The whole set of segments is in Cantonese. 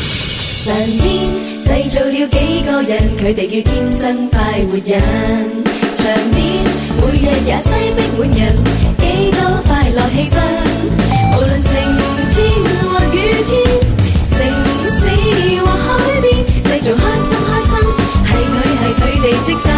上天製造了幾個人，佢哋叫天生快活人。場面每日也擠逼滿人，幾多快樂氣氛。無論晴天或雨天，城市或海邊，製造開心開心，係佢係佢哋職責。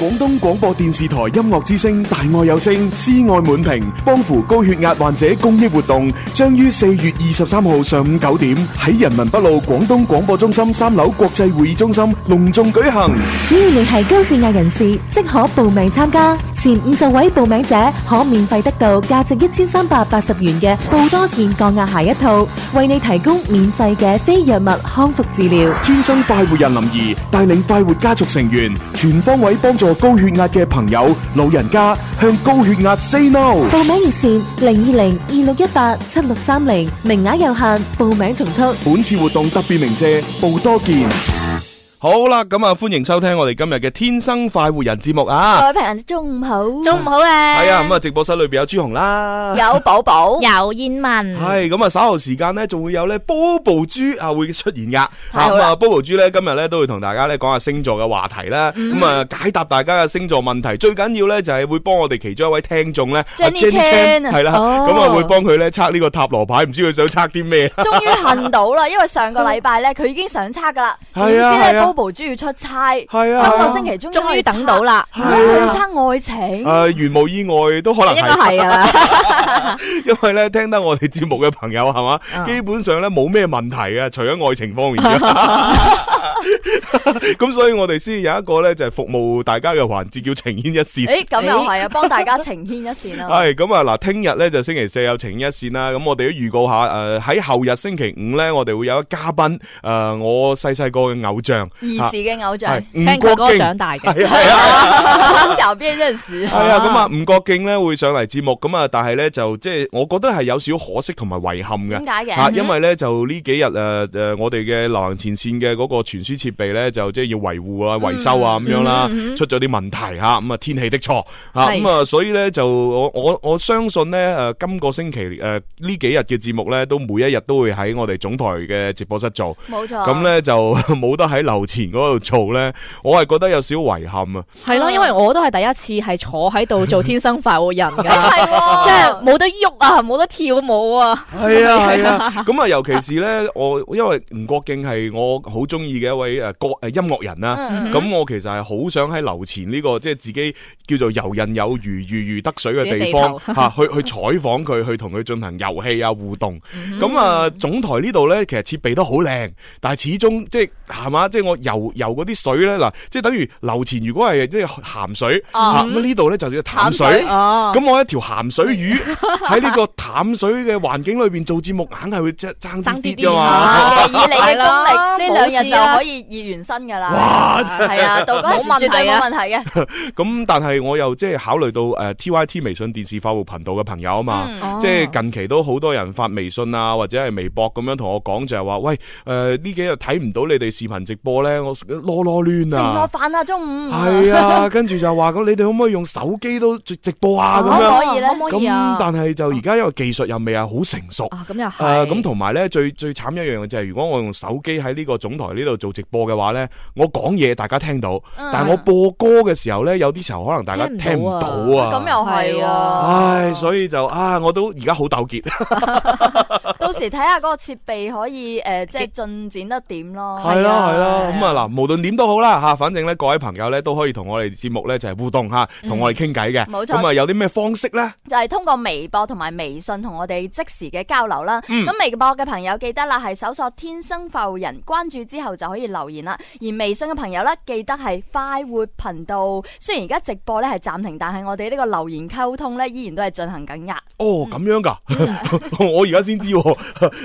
广东广播电视台音乐之声大爱有声，施爱满屏，帮扶高血压患者公益活动将于四月二十三号上午九点喺人民北路广东广播中心三楼国际会议中心隆重举行。只要你係高血壓人士，即可報名參加。前五十位報名者可免費得到價值一千三百八十元嘅布多健降壓鞋一套，為你提供免費嘅非藥物康復治療。天生快活人林怡帶領快活家族成員，全方位幫助高血壓嘅朋友、老人家向高血壓 say no。報名熱線零二零二六一八七六三零，名額有限，報名重速。本次活動特別鳴謝報多健。好啦，咁啊，歡迎收聽我哋今日嘅《天生快活人》節目啊！各位朋友，中午好，中午好啊！係啊，咁啊，直播室裏邊有朱紅啦。有寶寶， 有燕嗯文，系咁啊！稍後時間咧，仲會有咧 Bobo 豬啊會出現噶。太好咁啦啊，Bobo 豬咧今日咧都會同大家咧講下星座嘅話題啦。嗯咁啊，解答大家嘅星座問題。最緊要咧就係會幫我哋其中一位聽眾咧 Jenny Chan， Chan 係啦，哦咁啊會幫佢咧測呢個塔羅牌，唔知佢想測啲咩。啊終於恨到啦，因為上個禮拜咧佢已經想測噶啦，係點啊知係咧啊 Bobo 豬要出差，今係啊個星期終終於於等到啦，可以測，咁測愛情，诶，原無意外都啊可能應該係。係 啊，因為咧聽得我哋節目嘅朋友係嘛，基本上咧冇咩問題嘅，除咗愛情方面啫咁所以我哋先有一個咧就係服務大家嘅環節，叫情牽一線。誒咁又係啊，幫大家情牽一線啊。系咁啊！嗱，聽日咧就星期四有情一線啦。咁我哋都預告下，诶喺後日星期五咧，我哋會有一嘉賓，诶我細細個嘅偶像，啊兒時嘅偶像係，聽佢吳國歌嗯敬長大嘅，係啊係啊。從小便認識系。啊，咁啊，吳國敬咧會上嚟節目，咁啊，但係咧就即係我覺得係有少少可惜同埋遺憾嘅。點解嘅吓，嗯因為咧就呢幾日诶诶，誒我哋嘅流行前線嘅嗰個傳輸設備咧，就即係要維護嗯啊、維修啊咁樣啦，出咗啲問題吓，咁啊天氣的錯吓，係咁啊，所以咧就我我我相信咧诶，誒今個星期诶呢幾日嘅節目咧，都每一日都會喺我哋總台嘅直播室做。冇錯。咁咧就 冇得喺樓前嗰度做咧，我係覺得有少少遺憾啊！係咯，因為我都係第一次係坐喺度做天生快活人 係㗎，喎，即係冇得喐啊，冇得跳舞啊， 系啊系 啊，咁啊，尤其是咧，我因為吳國敬係我好中意嘅一位诶歌诶音樂人啦。嗯咁我其實係好想喺樓前呢個即係自己叫做游刃有餘、如魚得水嘅地方 自吓，去去採訪佢，去同佢進行遊戲啊互動。咁啊，總台呢度咧，其實設備都好靚，但係始終即係係嘛，即係我游游嗰啲水咧，嗱，即係等於樓前如果係即係鹹水吓，咁呢度咧就叫淡淡水水。哦，咁我一條鹹水 魚喺呢個淡水嘅環境裏邊做節目，硬係會即係爭啲爭啲啲噶 啲嘛。啊哎 嘅，以你嘅功力，係咯呢兩啊冇日事啊就可以熱完身㗎啦。哇！係啊，到嗰陣冇問時絕對題冇啊問題嘅。咁但係我又即係考慮到呃誒 TYT 微信電視快活頻道嘅朋友啊嘛。嗯哦即係近期都好多人發微信啊，或者係微博咁樣同我講，就係話喂，誒、呃呢幾日睇唔到你哋視頻直播咧，我囉囉攣食唔落啊，飯啦，中午。係 啊，跟住就話咁，你哋可唔可以用手機都直直播啊？咁哦可唔樣可以咧哦可唔可以咁啊？但係就而家因為技術又未係好成熟，啊，咁又诶，係，咁同埋咧，最最慘一樣嘅就係，如果我用手機喺呢個總台呢度做直播嘅話咧，我講嘢大家聽到，嗯但係我播歌嘅時候咧，有啲時候可能大家聽聽唔到唔到啊咁啊。又係係喎啊。唉，所以就啊，我都而家好糾結，到時睇下嗰個設備可以诶、呃即係進展得點咯。 係啦係啦，咁啊嗱，無論點都好啦吓，反正咧各位朋友咧都可以同我哋節目咧就係互動吓，同我哋傾偈嘅，冇錯咁啊有啲咩方式咧？就係通過微博同埋微信同我哋即時嘅交流啦。嗯咁、微博嘅朋友記得啦，係搜索天生快活人，關注之後就可以留言啦。而微信嘅朋友咧，記得係快活頻道。雖然而家直播咧係暫停，但係我哋呢個留言溝通咧依然都係進行緊㗎。哦，咁樣噶，嗯我而家先知喎。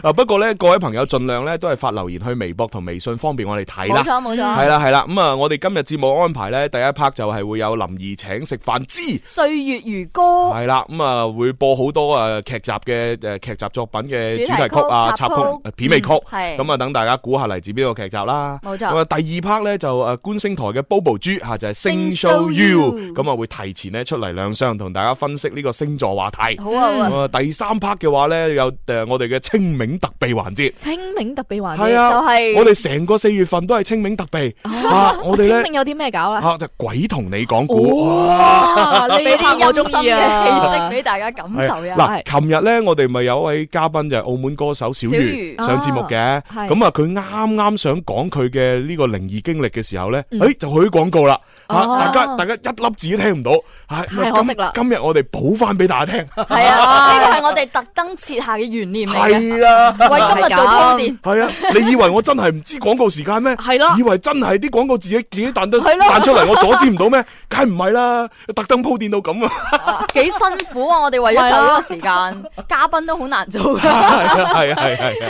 啊，不過咧各位朋友盡量咧都係發留言去微博同微信，方便我哋睇啦冇。錯冇系錯，啦系啦，咁啊，我哋今日節目安排呢，第一 part 就係會有林兒請食飯之，系歲月如歌。啦，咁啊會播好多诶剧集嘅诶剧集作品嘅主主題題曲曲啊、插插曲嗯曲、呃片尾曲，係咁啊等大家估下嚟自邊個劇集啦。冇咁錯，啊，第二 part 咧就誒觀星台嘅 Bobo 豬啊嚇就係星星 show show you， you 咁啊會提前咧出嚟亮相同大家分析呢個星座話題。好啊好啊咁。啊，第三 part 嘅話咧有誒呃我哋嘅清明特備環節，清明特備環係節，啊就係哦我 哋成個四月份都係清明特備啊，我哋啊清咧明有啲咩搞啊咧？嚇就鬼同你講古。哇！呢俾一啲刻我中意嘅氣息啊！俾大家感係受一哎下。哎嗱，琴日咧，我哋咪有一位嘉賓就係澳門歌手小魚小魚上節目嘅，係咁啊佢啱啱想講佢嘅呢個靈異經歷嘅時候咧，嗯誒就去廣告啦，吓哦大家大家一粒字都聽唔到，係太可惜啦今今日我哋補翻俾大家聽，係啊，呢個係我哋特登設下嘅懸念嚟嘅，係啦，為啊今日做鋪墊。 係啊，你以為我真係唔知廣告時間咩？係咯以為真係啲廣告自己自己彈得係咯彈出嚟，我阻止唔到咩？梗係唔係啦，特登鋪墊到咁啊！ 幾辛苦啊！我哋為咗走呢個時間，嘉賓都好難 做系啊，系啊，系噶。啊，系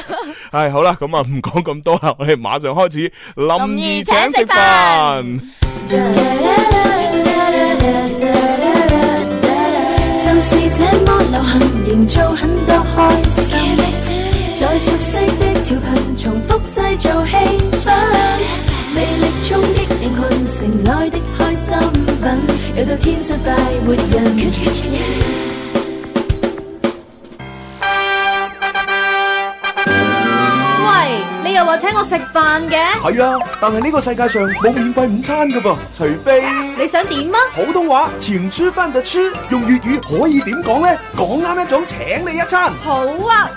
啊，系好啦，咁啊唔讲咁多啦，我哋马上开始林怡请食饭，就是這麼流行，營造很多開心。在熟悉的調頻，重複製造氣氛，魅力衝擊人群，城內的開心品，有到天生快活人。喂，你又話請我食飯嘅，系啊，但系呢个世界上冇免费午餐噶噃，除非你想點啊？普通话前吃饭的吃用粤语可以点讲呢？讲啱一种，请你一餐。好啊，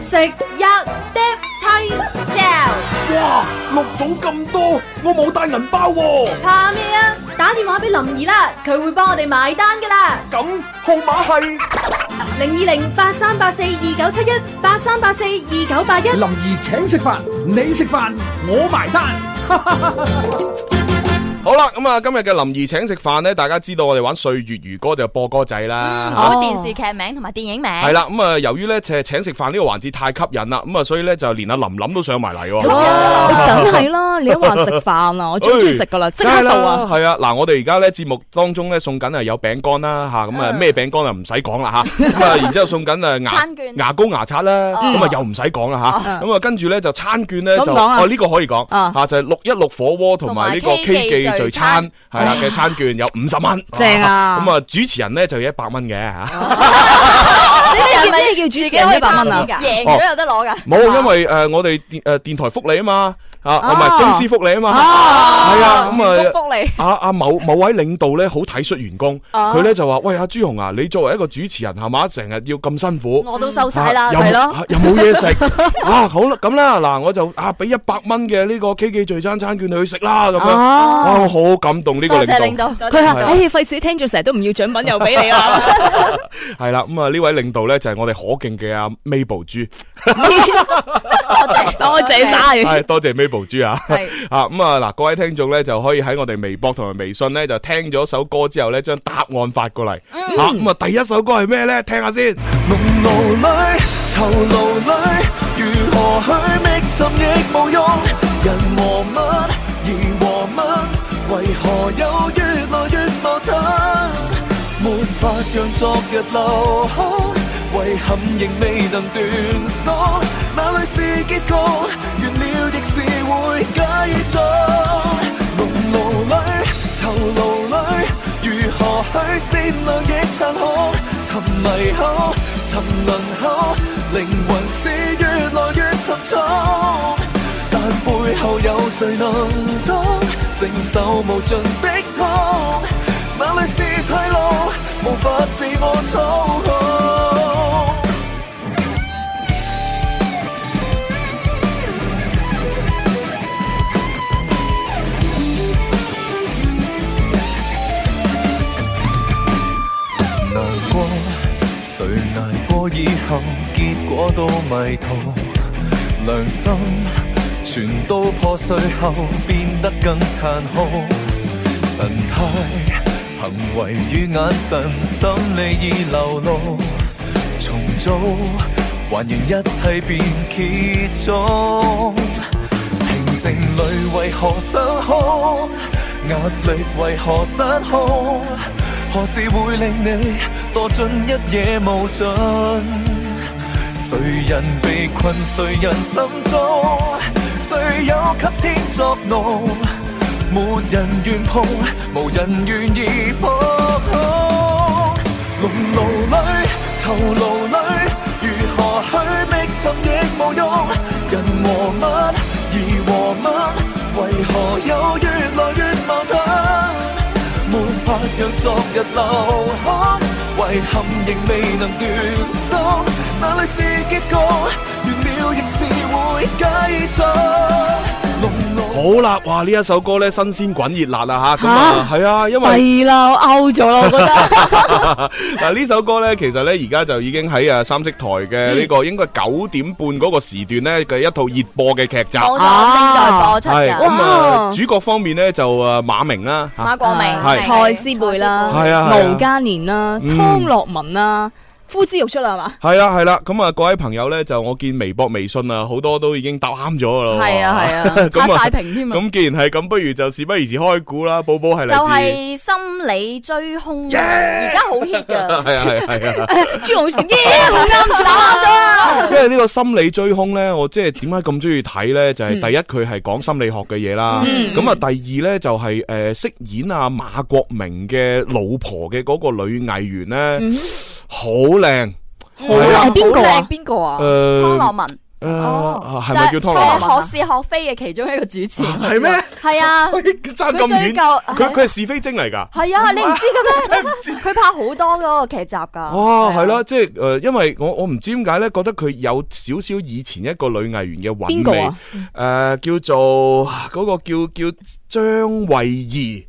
吃食一碟青椒，哇，六種咁多，我冇帶銀包喎、怕咩啊？打電話俾林兒啦，佢會幫我哋埋單噶啦，咁號碼係零二零八三八四二九七一八三八四二九八一。林儿请食饭，你食饭，我埋单。好啦，咁啊今日嘅林怡请食饭呢，大家知道我哋玩歲月如歌就播歌仔啦。好嗯哦電視劇名同埋電影名。系啦，咁啊，由於咧請請食飯呢個環節太吸引啦，咁啊，所以咧就連阿琳琳都上埋嚟喎。啊哇梗係啦，你一話食飯啊，我最中意食噶啦，即刻哎梗係到啊！啦！係啊，嗱，我哋而家咧節目當中咧送緊啊係有餅乾啦吓，咁啊嗯咩餅乾啊唔使講啦 吓，咁啊然之後送緊啊牙餐券牙膏牙刷啦，嗯咁啊又唔使講啦吓，嗯咁啊跟住咧就餐券咧哦講唔就講啊哦呢個可以講啊吓，就係六一六火鍋同埋呢個同 K 埋記 K 記聚聚餐餐係啦嘅餐券有五十蚊，正啊咁啊主持人咧就要一百蚊嘅吓，你哋係咪咩叫主持人一百蚊啊？嗯哦贏咗有得攞㗎？冇因為誒我哋電誒電台福利啊嘛，啊唔係哦公司福利啊嘛，啊係啊咁啊祝。福你。阿阿某某位領導咧，好體恤員工，啊佢咧就話：喂，阿朱紅啊，你作為一個主持人係嘛，成日要咁辛苦，我都收晒啊啦，又係咯。啊又冇嘢 食啊，好啦，咁啦，嗱，我就啊俾一百蚊嘅呢個 K 記聚餐餐券你去食啦，咁樣，哦啊，我好感動呢個多謝領領導，導。佢話：係啊唉，費事聽眾成日都唔要獎品，又俾你啦。 係啦，咁啊呢位領導咧就係我哋可敬嘅阿 Mabel 豬，多 謝晒。係多謝 Mabel 豬啊。係 啊咁啊嗱，各位聽眾咧就可以喺我哋微博同埋微信咧就聽咗首歌之後咧，將答案發過嚟。吓咁啊，第一首歌係咩咧？聽下先。濃霧裏，囚牢裏，如何去覓尋亦無用。人和物，而和物，為何有越來越矛盾？沒法讓昨日留空，遺憾仍未能斷送。哪裏是結局？完了亦是會繼續。濃霧裏，囚牢裏。如何去善良亦殘酷？沉迷後，沉淪後，靈魂是越來越沉重。但背後有誰能懂？承受無盡的痛，哪裏是退路？無法自我操控。難過，誰捱過以後，結果都迷途。良心全都破碎後，變得更殘酷。神態、行為與眼神，心理已流露。重組，還原一切便揭盅。平靜裏為何傷空？壓力為何失控？何時會令你墮進一夜無盡？誰人被困？誰人心中？歲有給天作奴，沒人願碰，無人願意撲空。濃霧裏，囚牢裏，如何去覓尋亦無用。人和物，義和物，為何有越來越矛盾？沒法讓昨日留空，遺憾仍未能斷送。哪裏是結局？完了亦是會繼續。濃濃好啦，哇！呢一首歌咧新鮮滾熱辣啊吓，咁啊係啊，因為弊啦，我 out 咗啦，我覺得嗱呢首歌咧，其實咧而家就已經喺啊三色台嘅呢個應該九點半嗰個時段咧嘅一套熱播嘅劇集。冇啊錯，正在係播出咁噶。啊，主角方面咧就啊馬明啦，嚇馬國明、係蔡思貝係啊啦，係啊毛嘉年啦，嗯湯洛文啦，呼之欲出啦，係嘛？係啦係啦，咁啊各位朋友咧就我見微博、微信啊好多都已經答啱咗噶啦。，係啊係啊哦 咁刷啊晒屏添啊！咁既然係咁，不如就事不宜遲開估啦。寶寶係就嚟自 係心理追兇，而家好 hit 噶。係啊係啊係啊。 朱紅成耶，好啱咗啊！因為呢個心理追兇咧，我即係點解咁中意睇咧？就係、嗯第一佢係講心理學嘅嘢啦，咁啊、第二咧就係、诶飾演啊馬國明嘅老婆嘅嗰個女藝員咧，好靚、好係啊係邊個啊嗯好靚？邊個啊？湯誒洛文誒係呃啊咪叫湯哦就洛係文？佢係學是學非嘅其中一個主持人。係咩？係啊，爭咁佢追遠究，佢佢係是非精嚟㗎。係啊，你唔知嘅咩？ 真係唔知佢拍好多嗰個劇集啊㗎。哦，係啦，即係诶，呃因為我我唔知點解咧，覺得佢有少少以前一個女藝員嘅韻邊個味，诶啊、叫做嗰、個叫叫張慧儀，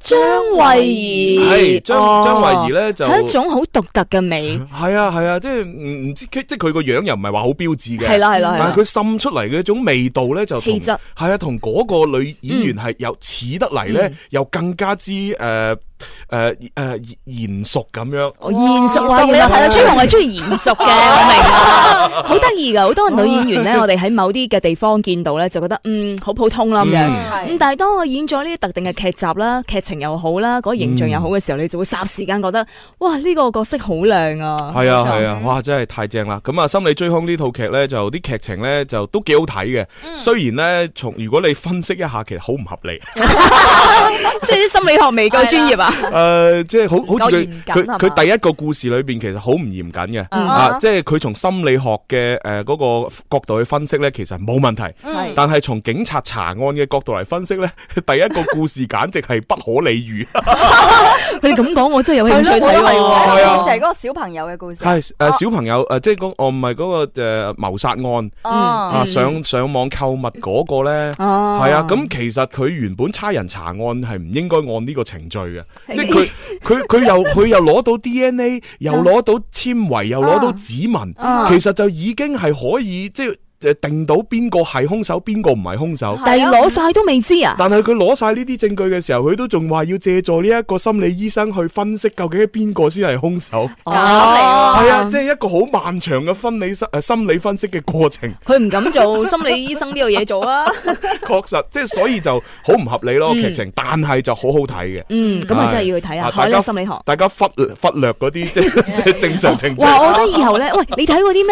張慧儀哦係張張慧儀咧就係一種好獨特嘅 美，係啊係啊，即係唔唔知即係佢個樣又唔係話好標誌嘅，係啦係啦係但啦係。佢滲出嚟嘅一種味道咧，就同氣質係啊，同嗰個女演員係又似得嚟嗯咧，又更加之誒誒誒嚴肅咁樣。我現熟哇啊，原來睇到朱紅係中意 嚴肅嘅，我明啊啦，好得意噶，好多女演員咧，我哋喺某啲嘅地方見到咧，就覺得嗯好普通啦咁樣。嗯咁但係當我演咗呢啲特定嘅劇集啦，劇情又好啦，嗰個形象又好嘅時候，你就會霎時間覺得，哇呢個角色好靚啊！系啊系啊，哇真係太正啦！咁啊，《心理追兇》呢套劇呢，就啲劇情呢，就都幾好睇嘅。嗯雖然呢，從如果你分析一下，其實好唔合 理。即係啲心理學未夠專業啊！ 诶，呃即係好好似佢唔夠嚴謹係啊佢嘛佢第一個故事裏边其實好唔嚴謹嘅嗯啊，即係佢從心理學嘅诶嗰個角度去分析呢，其實冇問題。嗯但係從警察查案嘅角度嚟分析呢， 第一個故事簡直係不可理喻。你咁講，我真係有興趣係睇咯我都係喎。係啊成嗰個小朋友嘅故事。係啊哦诶，小朋友诶，即係嗰我唔係嗰個诶谋杀案哦啊，上上網購物嗰個呢。嗯哦系啊，咁其實佢原本差人查案係唔應該按呢個程序嘅，即係佢佢佢 又佢又攞到 DNA，又攞到纖維，又攞到指紋，啊其實就已經係可以即係定到邊個係兇手，邊個唔係兇手。但係攞晒都未知啊！但係佢攞晒呢啲證據嘅時候，佢都仲話要借助呢一個心理醫生去分析究竟邊個先係兇手。哦係啊，即係一個好漫長嘅分理心心理分析嘅過程。佢唔敢做心理醫生呢個嘢做啊！確實，即係所以就好唔合理咯劇情，但係就好好睇嘅。嗯，咁啊真係要去睇啊下大海家呢心理學。大家忽略忽略嗰啲即 係即係正啊常程序。哇！我覺得以 後咧，喂，你睇嗰啲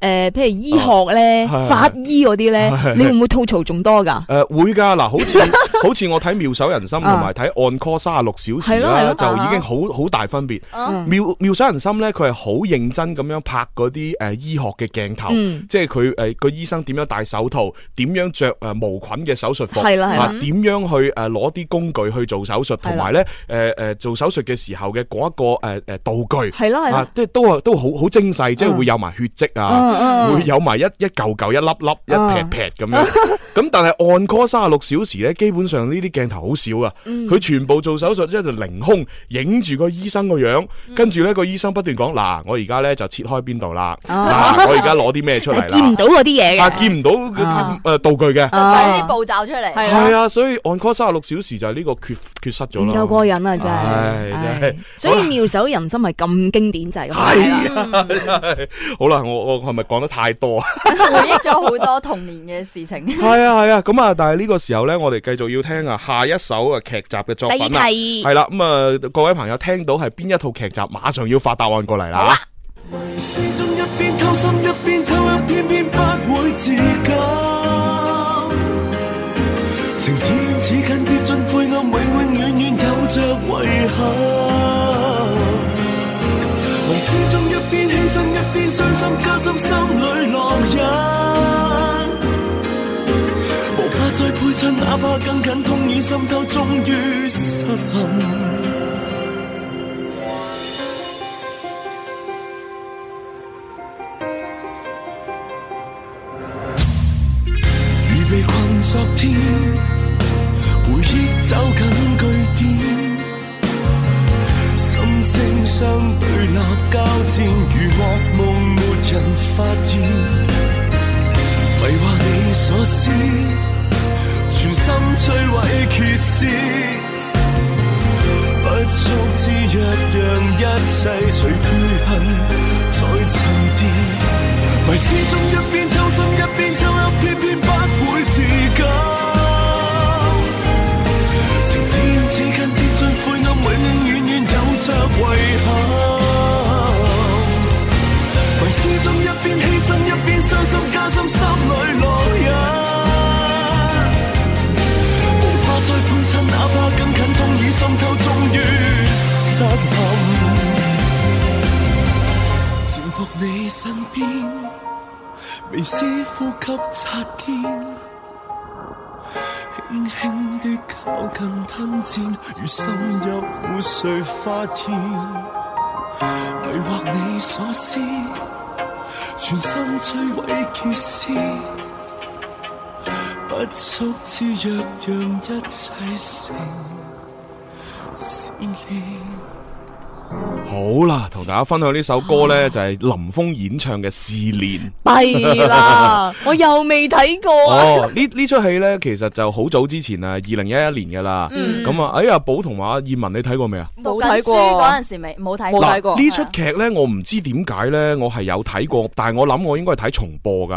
咩誒，譬如醫學咧、哦係法醫嗰啲咧係，你會唔會吐槽仲多㗎？誒呃會㗎嗱，好似 好似我睇《妙手人心》同埋睇《按 call 三十六小時》啊係啦，咯係咯啊就已經好好大分別。妙妙手人心咧，佢係好認真咁樣拍嗰啲誒醫學嘅鏡頭，嗯即係佢誒個醫生點樣戴手套，點樣着誒無菌嘅手術服，係啦係啦啊點樣去誒攞啲工具去做手術，同埋咧誒誒做手術嘅時候嘅嗰一個誒誒道具。係咯啊係咯，，即係都係都好好精細，即係會有埋血跡啊，嗯會有埋一一嚿嚿、一粒粒、一嗯劈劈咁樣。 咁但係按 call 三十六小時咧，基本上呢啲鏡頭好少啊。嗯佢全部做手術一就凌空影住個醫生個樣，嗯跟住咧個醫生不斷講：嗱，我而家咧就切開邊度啦，啊嗱，我而家攞啲咩出 嚟係見唔啦，到嗰啲嘢啊，嘅。見唔到嗰啲啊誒道具嘅。擺啲步驟出嚟。係係啦啊，所以按 call 三十六小時就係呢個缺缺失咗唔啦。夠過癮啊！真唉係真係唉，所以妙手人心係咁經典就係咁解啦。好啦，我我係咪講得太多啊？回憶咗好多童年嘅事情。 系啊系啊，咁啊，但系呢個時候呢，我哋繼續要聽啊下一首啊劇集嘅作第品啦二。題係啦，咁啊，各位朋友聽到係邊一套劇集，馬上要發答案過嚟啦。啊迷思中一邊偷心一邊偷泣，偏偏不會自禁。邊傷心加深心裏烙印。無法再配襯，哪怕更緊，痛已滲透，終於失衡。如被困昨天，回憶找緊據點，心聲相對立交戰，如惡夢沒人發現，迷惑你所思，全心摧毀揭示，不速之約讓一切隨悔恨再沉澱。迷思中一邊偷心一邊偷泣，偏偏不會自禁。情此因此間跌進灰暗，永永遠遠有着遺憾。迷思中一邊犧牲一邊傷心，加深心裏烙印。無法再配襯，哪怕更近，痛已滲透，終於失陷。潛伏你身邊，微絲呼吸擦肩，輕輕地靠近吞戰，如深入互誰發現？迷惑你所思，全心摧毀揭示，不速之約讓一切成撕裂。好啦，同大家分享呢首歌呢，啊就係林峰演唱嘅《試煉》。弊啦，我又未睇過 啊！哦，呢呢出戲呢，其實就好早之前啊，二零一一年噶啦。嗯咁啊，哎呀，寶同埋阿葉文，你睇過未啊？讀冇緊睇書過嗰陣時未冇睇過冇睇過啊呢出劇呢，我唔知點解呢，我係有睇過，但係我諗我應該係睇重播噶。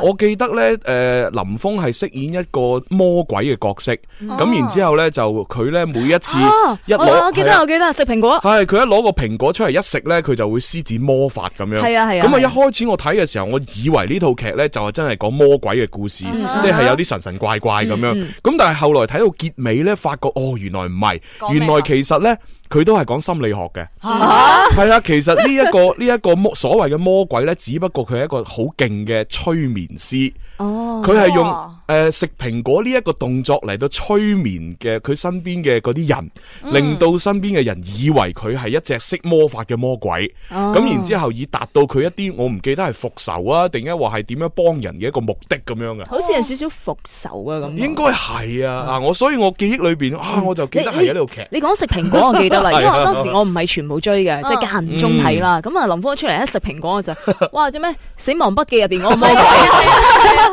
哦我記得呢，诶、林峰係飾演一個魔鬼嘅角色，咁、嗯然之后咧就佢呢，每一次啊一我我攞記係得，啊我記得食蘋果。系佢一攞個蘋果出嚟一食呢，佢就會施展魔法咁樣。係啊係啊咁啊，係一啊開始我睇嘅時候，我以為呢套劇呢就係真係講魔鬼嘅故事，嗯即係有啲神神怪怪咁樣。咁但係後來睇到結尾呢，發覺哦，原來唔係，啊講咩原來其實呢，佢都係講心理學嘅。係啦，啊其實呢一個 呢一個魔所謂嘅魔鬼呢，只不過佢係一個好勁嘅催眠師。哦，佢係用哦诶食蘋果呢一個動作嚟到催眠嘅佢身邊嘅嗰啲嗯人，令到身邊嘅人以為佢係一隻識魔法嘅魔鬼。哦咁然之后以達到佢一啲我唔記得係復仇啊，定一話係點樣幫人嘅一個目的咁樣嘅。好似有少少復仇啊咁。應該係啊，啊我所以我記憶裏边啊，我就記得係有呢套劇。嗯你講食蘋果我 記得啦，因係為啊嗯我當時我唔係全部追嗯嘅，即係間唔中睇啦。咁啊，林峰一出嚟一食蘋果 我就，哇！做咩死亡筆記入邊嗰個魔鬼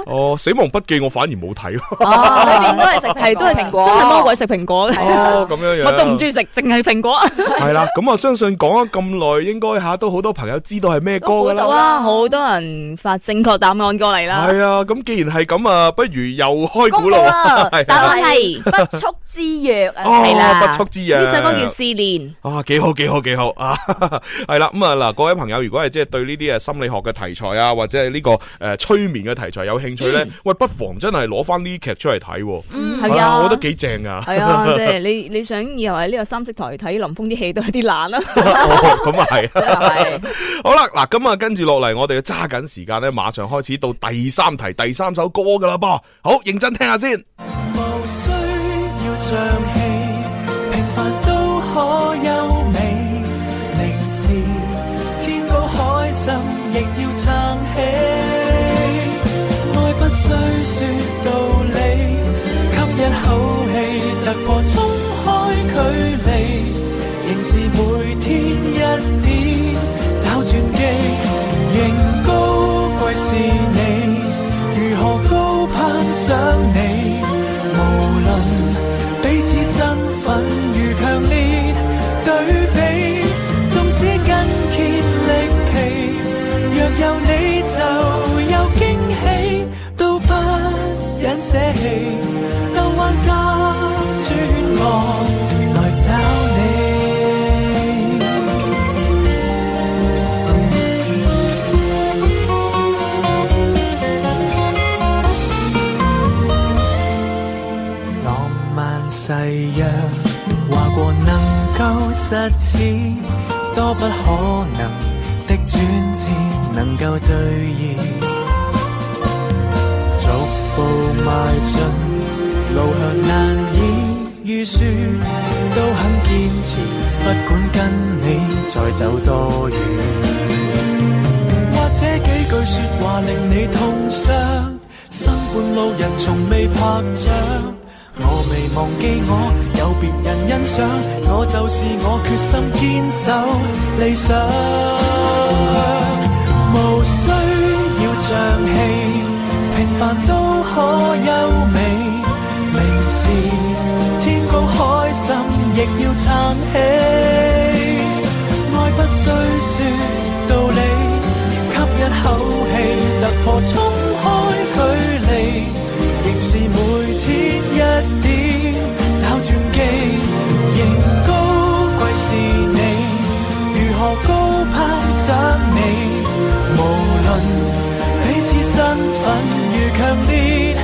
哦，死亡筆記我反而冇睇咯。啊裏邊都哦係食蘋果係都係食真係魔鬼食蘋果嘅，哦， 咁樣樣。我都唔中意食，淨係蘋果。係啦，咁我啊相信講咗咁耐，應該吓都好多朋友知道係咩歌噶啦。哇！好多人發正確答案過嚟啦。系啊，咁既然係咁啊，不如又開公估布啦 啦，係，啊答案係係不速之約啊！係哦，啦不速之約。呢首歌叫《試練》。啊，幾好幾好幾好 啊！係啦，咁啊嗱，各位朋友，如果係即係對呢啲誒心理學嘅題材啊，或者係呢個誒催眠嘅題材有興趣咧，喂，不妨真係攞翻呢啲劇出嚟睇喎， 係啊啊，我覺得幾正啊！係啊，即係你你想以後喺呢個三色台睇林峰啲戲都有啲難啦，哦咁啊係。係 好啦，嗱，咁啊跟住落嚟，我哋要揸緊時間咧，馬上開始到第三題第三首歌噶啦噃，好認真聽下先。無需要像氣，平凡都可優美。零時天高海深，亦要撐起。愛不需説道理，吸一口氣，突破衝開距離。仍是每天一點找轉機，仍高貴是你，如何高攀上你？無論彼此身份如強烈對比，縱使筋竭力疲，若有你就有驚喜，都不忍捨棄，兜彎加穿浪來找你。浪漫誓約，話過能夠實踐，多不可能的轉折，能夠兑現，逐步邁進，路向難以預算，都肯堅持，不管跟你再走多遠。或者幾句説話令你痛傷，身伴路人從未拍掌。我未忘記我有別人欣賞，我就是我決心堅守理想。無需要像戲，平凡都可優美。明是天高海深，亦要撐起。愛不需說道理，吸一口氣，突破衝開距離，仍是每天一點找轉機，仍高貴是你，如何高攀上你？無論彼此身份如強烈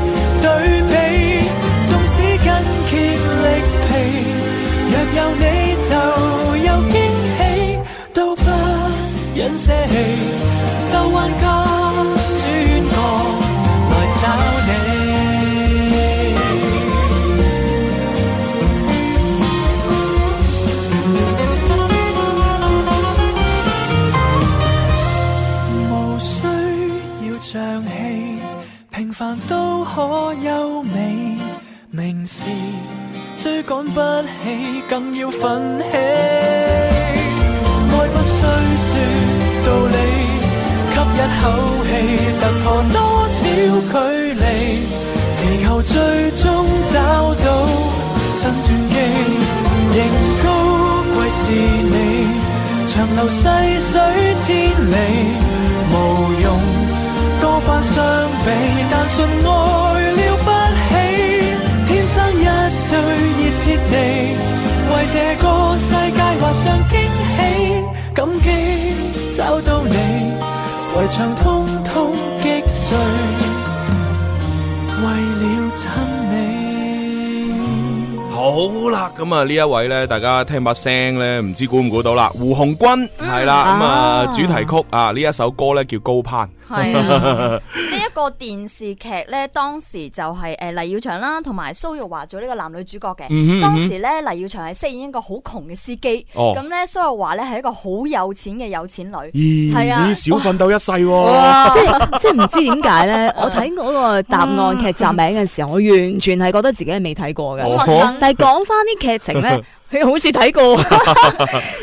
對比，縱使筋竭力疲。若有你就有驚喜，都不忍捨棄，兜彎加轉角來找你。無需要像戲，平凡都可優美。明是追趕不起，更要奮起。愛不需說道理，吸一口氣，突破多少距離，地球最終找到新轉機，仍高貴是你。長流細水千里，無用多番相比，但信愛了不起，天生一對熱切地，為這個世界畫上驚喜，感激找到你，圍牆通通擊碎，為了親你。好啦，咁啊呢一位咧，大家聽把聲咧，唔知估唔估到啦？胡鴻鈞嗯係啦，咁啊啊主題曲啊呢一首歌咧叫《高攀》，係啊， 呢一個電視劇咧，當時就係誒黎耀祥啦，同埋蘇玉華做呢個男女主角嗯哼嘅。當時咧，黎耀祥係飾演一個好窮嘅司機，哦咁咧蘇玉華咧係一個好有錢嘅有錢女。 咦，係啊咦少奮鬥一世喎，即係即係唔知點 解咧？我睇嗰個答案劇集名嘅時候，我完全係覺得自己係未睇過哦嘅。好陌生，但係講翻啲劇 情咧，佢好似睇過，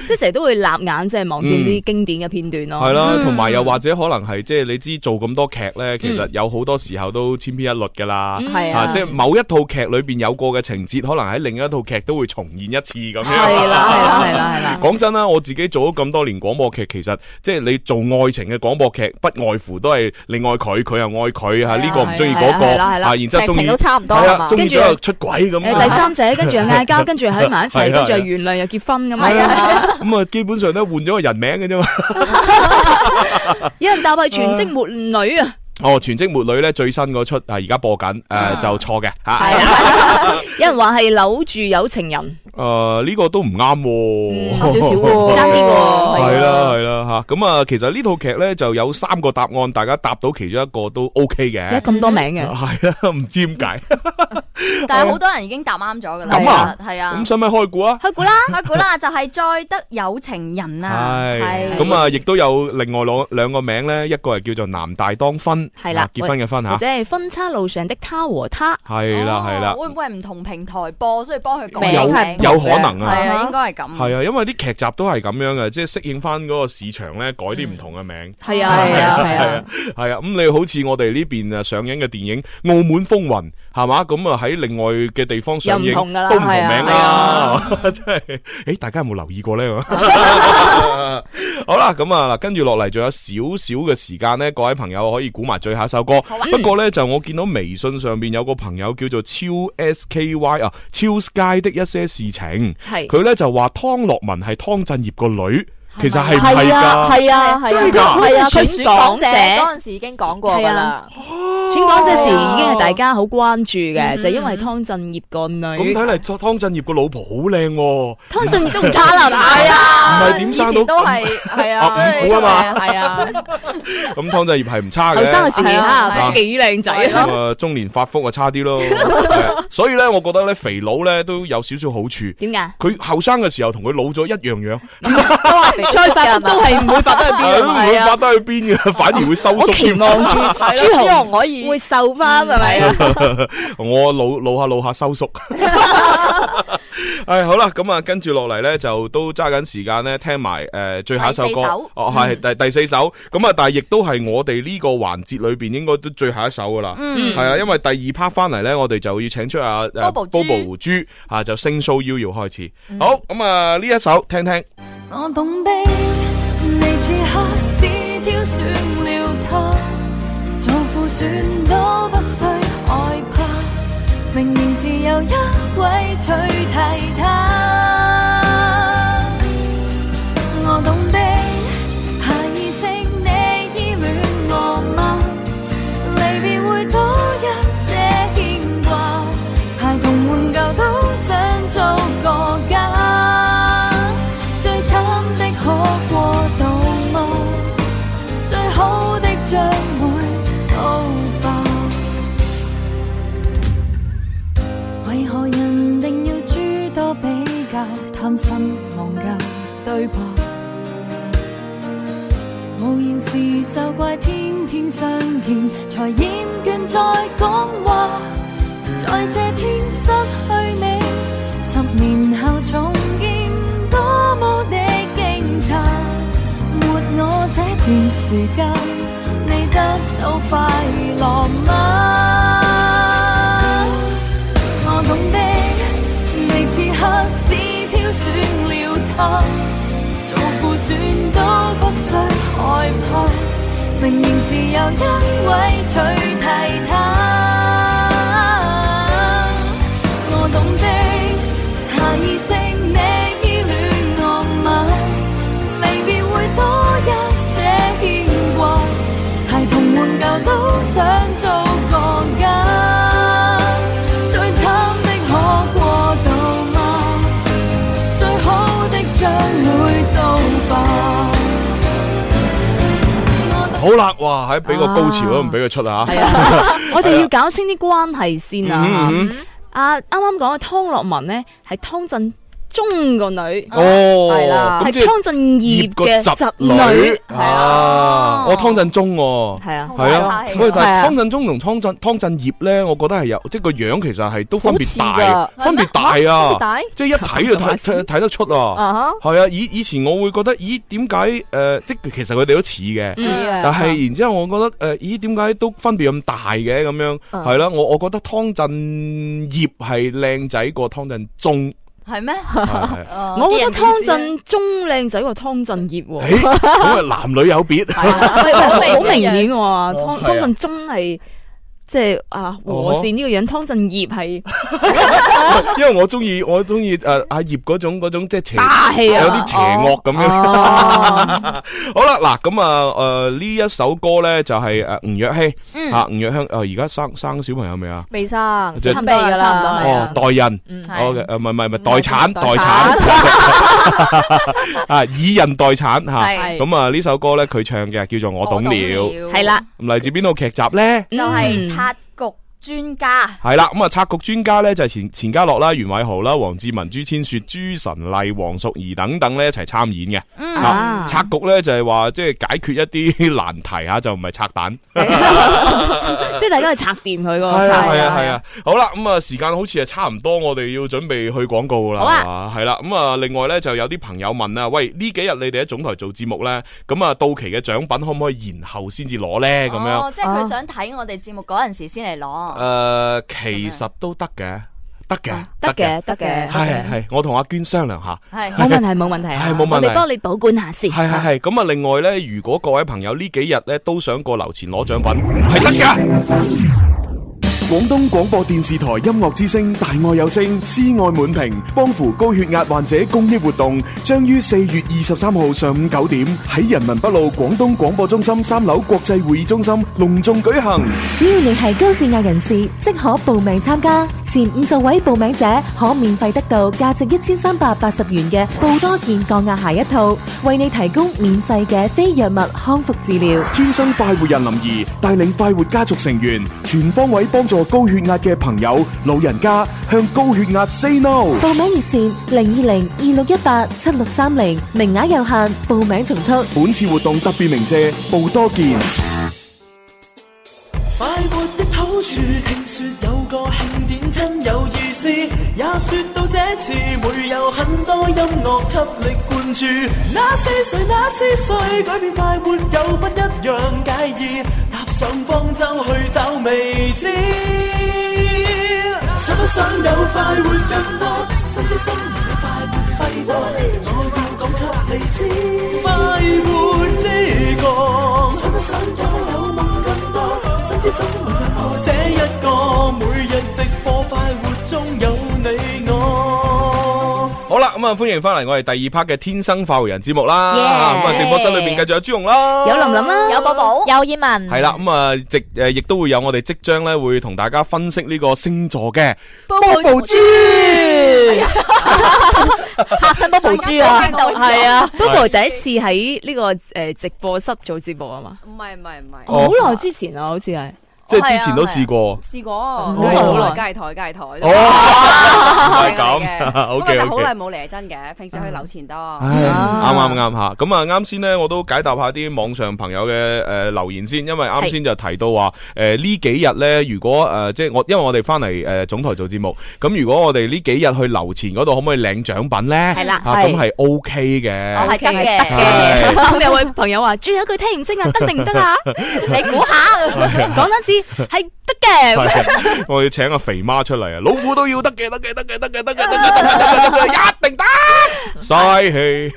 即係成日都會立眼，即係望見啲經典嘅片段咯。係啦，嗯同埋又或者可能係即係你知做咁多劇咧，其實有好多時候都千篇一律噶啦。嗯係啊！啊，即係某一套劇裏邊有過嘅情節，可能喺另一套劇都會重現一次咁樣。啊係啦，係啦，係啦，係啦。講真啦，我自己做咗咁多年廣播劇，其實即係你做愛情嘅廣播劇，不外乎都係你愛佢，佢又愛佢吓，係啊呢個唔中意嗰個係啦係啦啊，然之後中劇意情都差唔多係係啊，嘛中意咗跟住又出軌咁誒啊。第 三者，跟住又嗌交，跟住喺埋一係齊，啊跟住又原諒又結婚咁係樣。咁啊，基本上都換咗個人名嘅啫 嘛。有人答係全職末女啊，哦，全職末女咧最新嗰出啊，而家播緊誒就錯嘅吓。係啊，有人話係扭住有情人，誒呢個都唔啱 喎，嗯少少喎，爭啲喎，系啦系啦吓，咁啊，其實呢套劇咧就有三個答案，大家答到其中一個都 OK 而嘅，家咁多名嘅，係啊， 唔知點解，但係好多人已經答啱咗噶啦，啊咁啊其實係啊咁，使唔使開估啊？開估啦，阿古啦就係再得有情人啊，係，咁啊，亦都有另外兩兩個名咧，一個係叫做男大當婚，係啦啊結婚嘅婚或吓，者係分叉路上的他和他，係啦哦係啦，會唔會係唔同平台播，所以幫佢改名係名有可能啊係啊，應該係咁。係啊，因為啲劇集都係咁樣嘅，即係適應翻嗰個市場咧，改啲唔同嘅名，係啊係啊係啊，係啊，咁你好似我哋呢邊啊上映嘅電影《澳門風雲》，係嘛，咁啊喺另外嘅地方上又映唔同㗎啦都唔同係啊名係啦啊， 真係，誒大家有冇留意過咧？ 好啦，咁啊嗱，跟住落嚟仲有少少嘅時間呢，各位朋友可以估埋最後一首歌。啊不過呢，就我見到微信上面有個朋友叫做超 S K Y 啊，超 Sky 的一些事情，係佢呢就話湯洛雯係湯鎮業個女。其實係唔係係啊，㗎？係啊，係啊真係㗎係啊，佢佢選選港港者者嗰陣時已經講過㗎係啦啊。選港嗰時已經係大家好關注嘅，就因為湯鎮業個咁女，睇嚟，湯鎮業個老婆好靚喎，湯鎮業都唔差 啦，係啊，唔係點生到以前都係 係啊，啊五虎啊 嘛係啊，咁湯鎮業係唔差後嘅。生嘅時係啊嚇，唔知幾靚仔啊！咁啊，中年發福啊，差啲咯。係所以咧，我覺得咧，肥佬咧都有少少好處。點解？佢後生嘅時候同佢老咗一樣 樣，再發福都係唔會發得去邊都唔會啊！發得去邊 嘅，反而會收我期縮。望住 朱朱紅紅可以會瘦翻，係咪？啊我老老下老下收縮。 唉，好啦，咁啊，跟住落嚟咧，就都揸緊時間咧，聽埋诶最後一首第歌四首，嗯哦係第第四首，咁啊，但係亦都係我哋呢個環節裏边應該都最後一首噶啦，係啊，因為第二 part 翻嚟咧，我哋就要請出阿誒嗯 Bobo 豬嗯 Bobo 豬啊，就星 show 要要開始，好咁啊，呢一首聽聽。我懂的，你此刻是挑選了他，做副選都不需害怕，明明自有一位取替他。我懂的，下意識你依戀我嗎？離別會多一些牽掛，孩童玩具都想做個家。最慘的可過到嗎？最好的將會到吧？為何人定要諸多比較，貪新忘舊，對吧？無言時就怪天天相見，才厭倦再講話。在這天失去你，十年後重見，多麼的驚詫。沒我這段時間，你得到快樂嗎？我懂的，你此刻是挑選了他，做副選都不需害怕，明年自有一位取替他。我懂的，下意識你依戀我嗎？離別會多一些牽掛，孩童玩具都想做個家。最慘的可過渡嗎？最好的將會到吧。我好啦，哇，喺俾個高潮都唔俾佢出啊！係啊， 我哋要搞清啲關係先啊 嗯！啊，啱啱講嘅湯洛文呢，係湯鎮中個女，哦，係啦咁係即係湯鎮業個嘅侄侄女，係啊，我湯鎮中喎。係啊，係啊好客氣，喂，啊但係係啊湯鎮中同湯鎮湯鎮業咧，我覺得係有，即係個樣其實係都分別好似大㗎，分別大好啊，大即係一睇就睇睇睇得出啊。啊哦哈係啊，以以前我會覺得，咦，點解誒，即係其實佢哋都似嘅。似嗯啊但係然之後，我覺得誒，呃咦，點解都分別咁大嘅咁樣？嗯係啦，我我覺得湯鎮業係靚仔過湯鎮 中，係咩？係 係啊我覺得啲人湯點知咧鎮中靚仔過湯鎮 業喎。誒咁啊，男女有別。 喂喂好明明顯顯喎，湯係啊湯鎮中係即係啊和善呢個樣，湯鎮 業係因為我中意我中意诶阿葉嗰種嗰種即係邪霸氣啊，有啲邪惡咁樣。哦 好啦，嗱咁啊诶呢一首歌咧就係诶吳若希嗯吓，吳若香诶而家生生小朋友未啊？未生，就差唔多未㗎啦啦，差唔多係哦啊，代孕。嗯係 O K，誒唔係唔係唔係唔係待產代待產 啊，以孕代產吓。係咁啊呢首歌咧佢唱嘅叫做我懂了，咁係啦，嚟自邊套劇集咧？就係拆局專家。系啦，咁啊，拆局專家咧就係錢錢家樂啦、袁偉豪啦、黃志文、朱千雪、朱晨麗、黃淑儀等等咧一齊參演嘅。嗯啊啊拆局咧就係話即係解決一啲 難題吓，就唔係拆彈。 即係大家係拆掂佢嗰個係拆係係。啊。好啦，咁啊時間好似係差唔多，我哋要準備去廣告啦。好啊係嘛，係啦。咁啊，另外咧就有啲朋友問啊，喂，呢幾日你哋喺總台做節目咧，咁啊到期嘅獎品可唔可以延後先至攞咧？咁啊樣。哦，即係佢想睇我哋節目嗰陣時先嚟攞。诶，其實都得嘅，得嘅，得嘅，得嘅，系系，我同阿娟商量下。係冇問題，冇問題啊。係冇問題我哋幫你保管下系先。系系，咁啊，另外咧，如果各位朋友呢幾日咧都想過樓前攞獎品，係得噶。廣東廣播電視台音樂之聲《大愛有聲》施愛滿屏，幫扶高血壓患者公益活動將於四月二十三號上午九點喺人民北路廣東廣播中心三樓國際會議中心隆重舉行。只要你係高血壓人士，即可報名參加。前五十位報名者可免費得到價值一千三百八十元嘅布多健降壓鞋一套，為你提供免費嘅非藥物康復治療。天生快活人林怡帶領快活家族成員，全方位幫助高血壓嘅朋友、老人家向高血壓 say no。報名熱線零二零二六一八七六三零，名額有限，報名重速。本次活動特別鳴謝報多健。快活的好處，聽說有個慶典真有意思，也說到這次會有很多音樂給力灌注。那是誰？那是誰？改變快活有不一樣介意，踏上方舟去找未知。想不想有快活更多？心知心明有快活揮霍，我要講給你知。快活之歌，想不想有有夢更多？心知總會有我這一個，每日直播快活中有你我。好啦，咁啊，歡迎翻嚟我哋第二 part 嘅天生快活人節目啦。 Yeah 咁啊，直播室裏邊繼續有朱紅啦，有林林啦，有寶寶，有葉嗯文系啦，咁啊，直诶亦都會有我哋即將咧會同大家分析呢個星座嘅波波豬。 嚇親 Bobo 豬啊，係 啊係，Bobo 第一次喺呢個诶直播室做節目啊嘛，唔係唔係唔係，好哦耐之前啊，好似係。即係之前都試過。試過，梗係梗係好好耐耐，梗係台，梗係台。 哦，唔係係咁 ，OK 好 OK 耐。冇嚟係真嘅，平時去樓前多。唉，啱啱啱吓，咁啊啱先呢，我都解答下啲網上朋友嘅诶留言先，因為啱先就提到話诶呢幾日呢，如果诶即係我因為我哋翻嚟呃诶總台做節目，咁如果我哋呢幾日去樓前嗰度可唔可以領獎品呢？係啦哦啊咁係係 OK 嘅，係得 OK，嘅 係 啊咁有位朋友話：最後一句聽唔清啊，得定唔得啊？ 你估下， 講多次係得嘅。係 我要請阿肥媽出嚟啊！老虎都要得嘅，得嘅，得嘅，得嘅，得嘅，得嘅，得嘅，得嘅，得嘅，一定得！嘥 氣。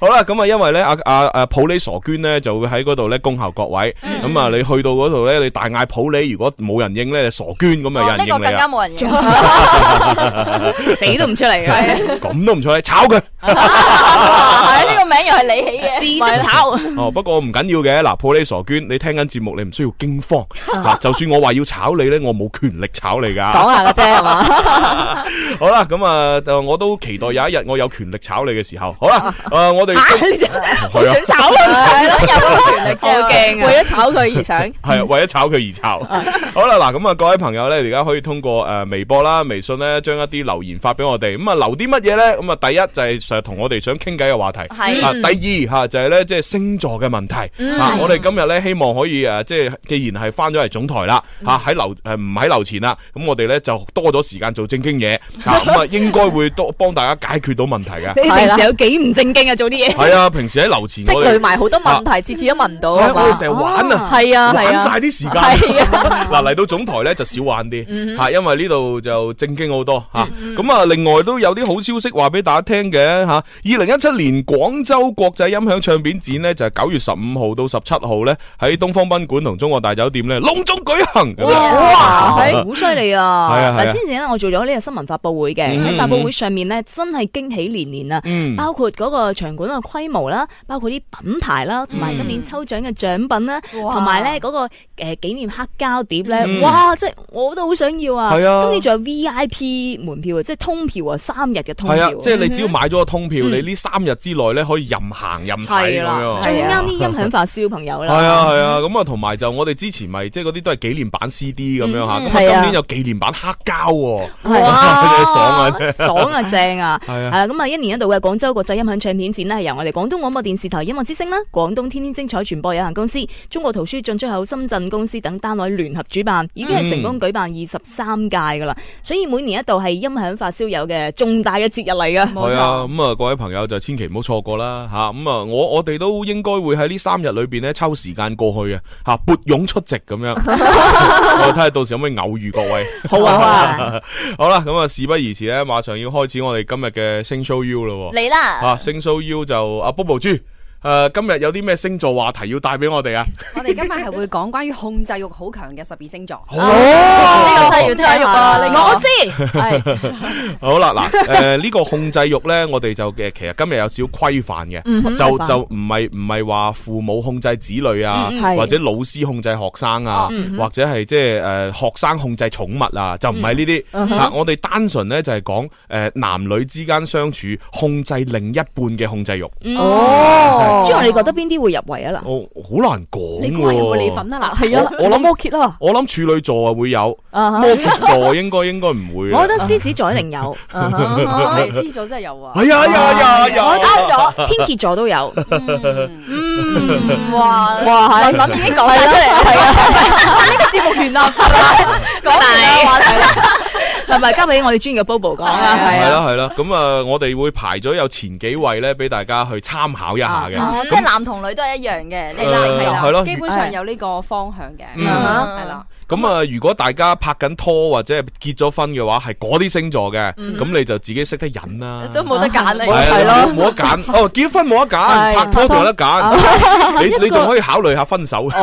好啦，咁啊，因為咧，阿阿阿普里傻娟咧就會喺嗰度咧恭候各位。咁啊，你去到嗰度咧，你大嗌普里，如果冇人應咧，你傻娟咁啊，有哦呢人個應你更 啊加！冇人用。死都唔 出嚟嘅，咁都唔錯，炒佢。係呢個名又係你起嘅。試即炒。哦，不過唔緊要嘅。嗱，普里傻娟，你聽緊節目，你唔需要 驚慌。吓，就算我話要炒你咧，我冇權力炒你㗎。 講下嘅啫，係嘛？ 好啦，咁啊，就我都期待有一日我有權力炒你嘅時候。好啦，诶，我哋嚇你就好係啊想炒佢，想有嗰個權力，好驚啊！為咗炒佢 而想。系啊为咗炒佢而炒。好啦，嗱咁啊，各位朋友咧，而家可以通過诶微博啦、微信咧，將一啲留言發俾我哋。咁啊，留啲乜嘢咧？咁啊，第一就係成日同我哋想傾偈嘅話題。係啊，第二吓就係咧，即係星座嘅問題。嗯啊，我哋今日咧希望可以啊诶，即係既然係翻咗嚟總台啦，嗯吓喺樓诶唔喺樓前啦，咁我哋咧就多咗時間做正經嘢。 啊，咁啊，應該會多幫大家解決到問題嘅。 你平時有幾唔正經啊？做啲嘢係啊，平時喺樓前我積累哋。埋好多問題，次次都問唔到係啊我哋成日玩啊係啊，係玩晒啊，啲時間，係啊嗱嚟到總台咧就少玩啲嗯吓，因為呢度就正經好多吓。咁啊，另外都有啲好消息話俾大家聽嘅吓。二零一七年廣州國際音響唱片展呢，就係九月十五號到十七號咧喺東方賓館同中國大酒店咧隆重舉行。咁樣 哇，係好犀利啊！係啊係啊嗱，之前咧我做咗呢個新聞發佈會嘅，喺發佈會上面咧真係驚喜連連啊！嗯，包括嗰個場館嘅啊規模啦，包括啲品牌啦，嗯同埋今年抽獎嘅獎品啦，哇同埋咧嗰個誒紀念黑膠碟嗯咧，哇！即係我都好想要啊！係啊今年仲有 V I P 門票啊，即係通票啊，三日嘅通係票啊啊，，即係你只要買咗個通票，嗯你呢三日之內咧可以任行任睇係咁啦樣，。最啱啲音響發燒朋友系啦。啊系啊，咁啊同埋就我哋之前咪即係嗰啲都係紀念版 CD 咁樣吓，咁啊係今啊年有紀念版黑膠喎。係啊， 真係爽啊真 爽啊，正啊！係啊係啦，咁啊，一年一度嘅廣州國際音響唱片展呢，係由我哋廣東廣播電視台音樂之聲啦、廣東天天精彩傳播有限公司、中國圖書進出口深圳公司等單位聯合主辦，已嗯經係成功舉辦二十三屆噶啦。所以每年一度係音響發燒友嘅重大嘅節日嚟噶。系啊，咁啊，各位朋友就千祈唔好錯過啦吓，咁啊，我我哋都應該會喺呢三日裏邊咧抽時間過去嘅吓，撥擁出席咁樣， 我睇下到時可唔可以偶遇各位。好啊，好啊， 好啦，咁啊，事不宜遲咧，馬上要開始我哋今日嘅星 show U 咯喎。你啦，啊，星 show U 就阿 Bobo 豬诶，今日有啲咩星座話題要帶俾我哋啊？ 我哋今日係會講關於控制欲好強嘅十二星座。呢個真係要聽下啊，呢個我我 知，系哎好啦，嗱，诶呢個控制欲咧，我哋就嘅其實今日有少規範嘅，嗯就就唔係唔係話父母控制子女啊嗯嗯，哦嗯係或者老師控制學生啊，或者係即係诶学生控制寵物啊，嗯就唔係呢啲。嗱，我哋單純咧就係講诶男女之間相處控制另一半嘅控制欲，哦。嗯朱紅，你覺得邊啲會入圍啊？我好難講你估下有冇你喎。份啊？嗱，嗱，係啊，哦我我諗摩羯啦，我諗處女座啊會有，啊哈摩羯座應該應該唔會啊。我覺得獅子座一定 有，啊哈 係獅座真係有啊。哎呀哎呀哎呀哎我呀！啱咗，天蝎座都有，嗯哇！哇林林已經講晒出嚟啦，講埋，係咪交俾我哋專業嘅 Bobo 講啊？係系啊，啦系啦，咁啊，我哋會排咗有前幾位咧，俾大家去參考一下嘅。哦即係男同女都係一樣嘅，你誒係係咯基本上 有呢個方向嘅，嗯係啦。咁啊，如果大家拍緊拖或者係結咗婚嘅話，係嗰啲星座嘅，咁你就自己識得忍啦。都冇得揀你。係啊係咯冇冇得揀。哦，結婚冇得揀，係拍拖就有得揀。你你仲可以考慮下分手。一個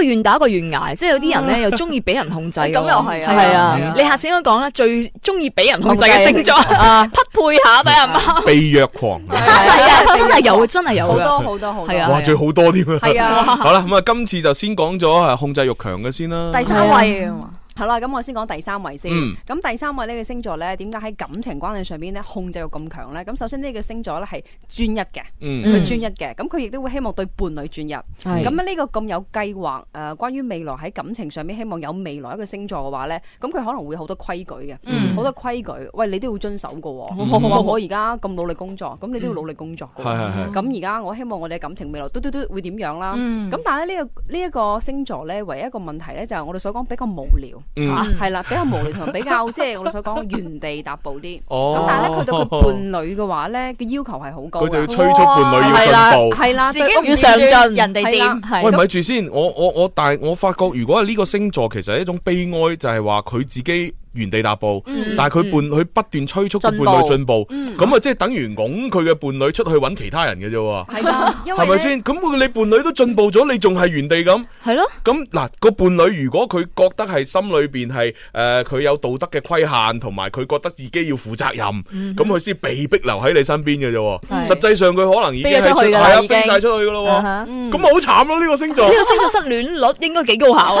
啊願打一個願挨，即係有啲人咧又中意俾人控制喎。咁又係係啊係啊啊！你下次應該講啦，最中意俾人控制嘅星座啊， 匹配下睇下嘛。被虐狂，係啊，真係有，真係有好㗎。多好多好多。係啊哇，最好多添啊！係啊。好啦，咁啊，今次就先講咗啊控制欲強嘅先啦。第三位啊嘛，好啦，咁我先講第三位先。嗯咁、第三位呢個星座咧，點解喺感情關係上邊咧控制欲咁強咧？咁首先呢個星座咧係專一嘅，嗯佢專一嘅，咁佢亦都會希望對伴侶專一。咁呢個咁有計劃，誒、關於未來喺感情上面希望有未來一個星座嘅話咧，咁佢可能會好多規矩嘅，好、多規矩，喂你都要遵守嘅喎、話我而家咁努力工作，咁你都要努力工作嘅嗯係係喎。係咁而家我希望我哋嘅感情未來嘟嘟嘟會點樣啦？嗯咁但係咧呢個呢一個星座咧，唯一一個問題咧就係我哋所講比較無聊，啊嗯，係啦，比較無聊同埋比 較即係我哋所講原地踏步啲。哦咁但係咧，佢對佢伴侶嘅話咧嘅要求係好高佢就要嘅，催促伴侶要進步。係啦，自己對唔屋要企上進，人哋係啦掂。係喂，咪住先，我我我，但系我發覺，嗯如果係呢個星座，其實係一種悲哀，就係話佢自己原地踏步，嗯嗯但係佢伴佢不斷催促個伴侶進步，咁啊，即係等於拱佢嘅伴侶出去揾其他人嘅啫喎，係啦，啊因為係咪呢先？咁佢你伴侶都進步咗，你仲係原地咁，係咯，咁嗱個伴侶如果佢覺得係心裏邊係誒佢有道德嘅規限，同埋佢覺得自己要負責任，咁佢先被逼留喺你身邊嘅啫喎。嗯係實際上佢可能已經飛係咗出出去㗎係啦啊已經飛晒出去㗎咯啊喎。哈呢咁咪好慘咯呢個星座。個星座失戀率應該幾高啊下 喎。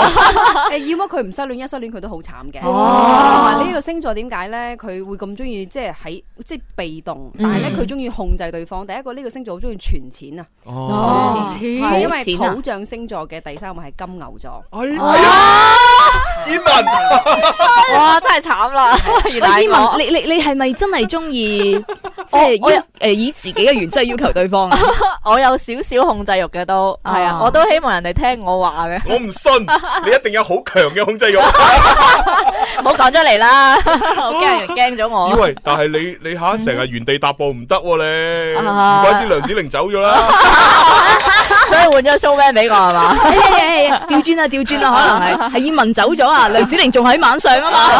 啊誒，要麼佢唔失戀，一失戀佢都好慘嘅。同哦埋呢個星座點解咧？佢會咁中意即係喺即係被動，嗯但係咧佢中意控制對方。第一個呢個星座好中意存錢啊，哦儲錢，係因為儲錢啊土象星座嘅第三個係金牛座。哎哦呀，燕文， 哇，真係慘 啦！啊來伊文，你你你係咪真係中意 即我係我要誒以自己嘅原則要求對方啊？ 我有少少控制欲嘅都係啊啊，我都希望人哋聽我話嘅，我唔 信，你一定有好強嘅控制欲。唔好講出 嚟啦，我驚人驚咗以我。為，但係你你吓成日原地踏步唔得喎你，唔啊怪之梁子玲走咗啦。 所以換咗 showman 俾我係嘛？ 哎呀呀呀調轉啊，調轉啊，可能係係葉文走咗 啊，梁子玲仲喺晚上啊嘛。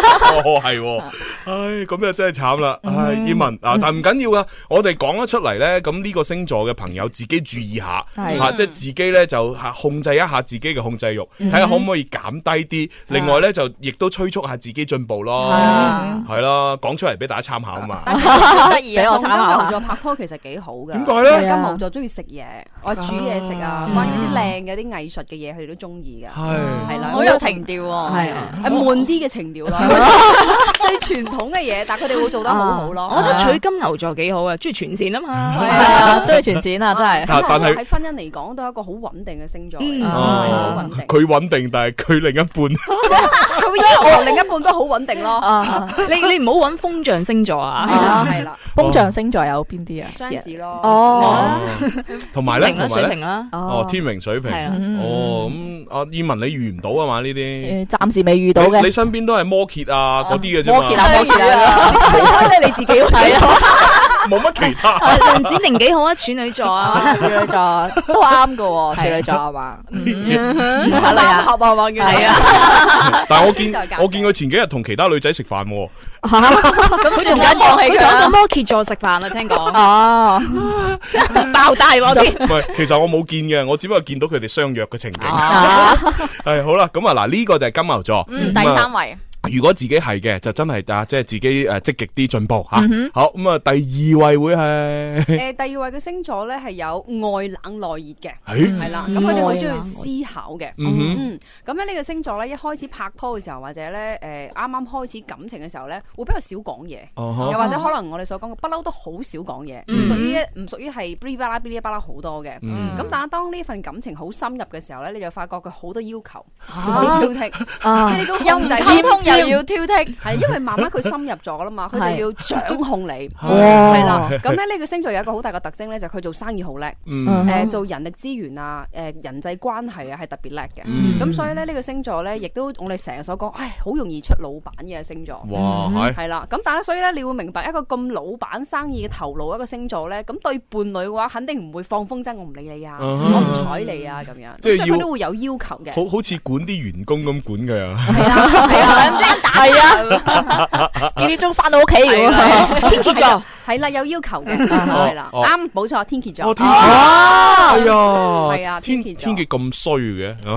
哦係喎，唉咁就真係慘啦。唉，燕文啊，但唔緊要噶，我哋講得出嚟咧，咁呢個星座嘅朋友自己注意下，啊係吓即係自己咧就吓控制一下自己嘅控制欲，睇下可唔可以減低啲。另外咧就亦都催促下自己進步咯，係啦，講出嚟俾大家參考啊嘛。但係好得 意俾啊！我同參金考牛下座拍拖其實幾好㗎。點解因咧為？金牛座中意食嘢，我煮嘢食啊，嗯關於啲靚嘅啲藝術嘅嘢，佢哋都中意㗎。係係啦，好有情調喎，係啊，誒悶啲嘅情調啦， 最傳統嘅嘢，但係佢哋會做得好好咯。啊我覺得娶金牛座幾好啊，中意全線啊嘛。係啊，中意存錢啊，真係。但但係係喺婚姻嚟講，都係一個好穩定嘅星座嚟，嗯係哦好穩定。佢穩定，但係佢另一半佢會要求另一半都好穩定咯。啊，你你唔好揾風象星座係啊，啦，係啦，風象星座有邊啲啊？雙子咯。哦， Dạ. 同埋咧，平啦同水埋咧，平啦，哦，天平水平，係嗯啦。哦，咁阿燕文你遇唔到啊嘛呢啲，誒暫時未遇到你嘅哦你。身邊都係摩羯啊嗰啲嘅啫摩嘛，羯啊啦，冇其他啦，開你自己係啊。冇乜其 他。梁子寧幾好啊，處女座啊，處女座都啱 à, 㗎喎，處女座係嘛？Ừ. 係咪啊合啊嘛，原來 à? 啊，但係我見先再夾我見佢前幾日同其他女仔食飯喎， 咁佢算啦，放棄佢同佢一個啦。摩羯座食飯啊，聽講哦，爆大喎啲。唔係，其實我冇見嘅，我只不過見到佢哋相約嘅情景。 係好啦，咁啊嗱，呢個就係金牛座。啊嗯，第啊三位，如果自己係嘅，就真係啊，即係自己诶积极啲進步吓。好咁啊，第二位會係誒呃第二位嘅星座咧係有外冷內熱嘅。诶，係啦，嗯咁佢哋好愛中啊意思考嘅。嗯嗯，咁咧呢個星座咧，一開始拍拖嘅時候，或者咧誒啱啱開始感情嘅時候咧，會比較少講嘢，哦又呵或者可能我哋所講嘅不嬲都好少講嘢，嗯唔屬於唔屬於係 b 哩吧啦 b 哩吧啦好多嘅。嗯咁但係當呢份感情好深入嘅時候咧，你就發覺佢好多要求，好挑剔，即係呢種啊又唔控制溝通又要挑剔， 係因為慢慢佢深入咗啦嘛，佢係就要掌控你，哦係啦。咁咧呢個星座有一個好大嘅特徵咧，就係佢做生意好叻。嗯誒、做人力資源啊，誒、人際關係啊係特別叻嘅。嗯咁、所以咧呢、呢個星座咧，亦都我哋成日所講，唉，好容易出老闆嘅星座。哇係係啦，咁但係所以咧，你會明白一個咁老闆生意嘅頭腦一個星座咧，咁對伴侶嘅話，肯定唔會放風箏，我唔理你啊，嗯我唔睬你啊咁樣，即係咁所以要佢都會有要求嘅。好好似管啲員工咁管佢啊。係啦，係啊，想爭打係啊，幾點鐘翻到屋企？如果天蝎座 係啦，有要求嘅，係啦， 哦啱冇錯，天蝎哦座。天蝎，哎啊係呀，啊天天蠍座天蝎咁衰嘅，係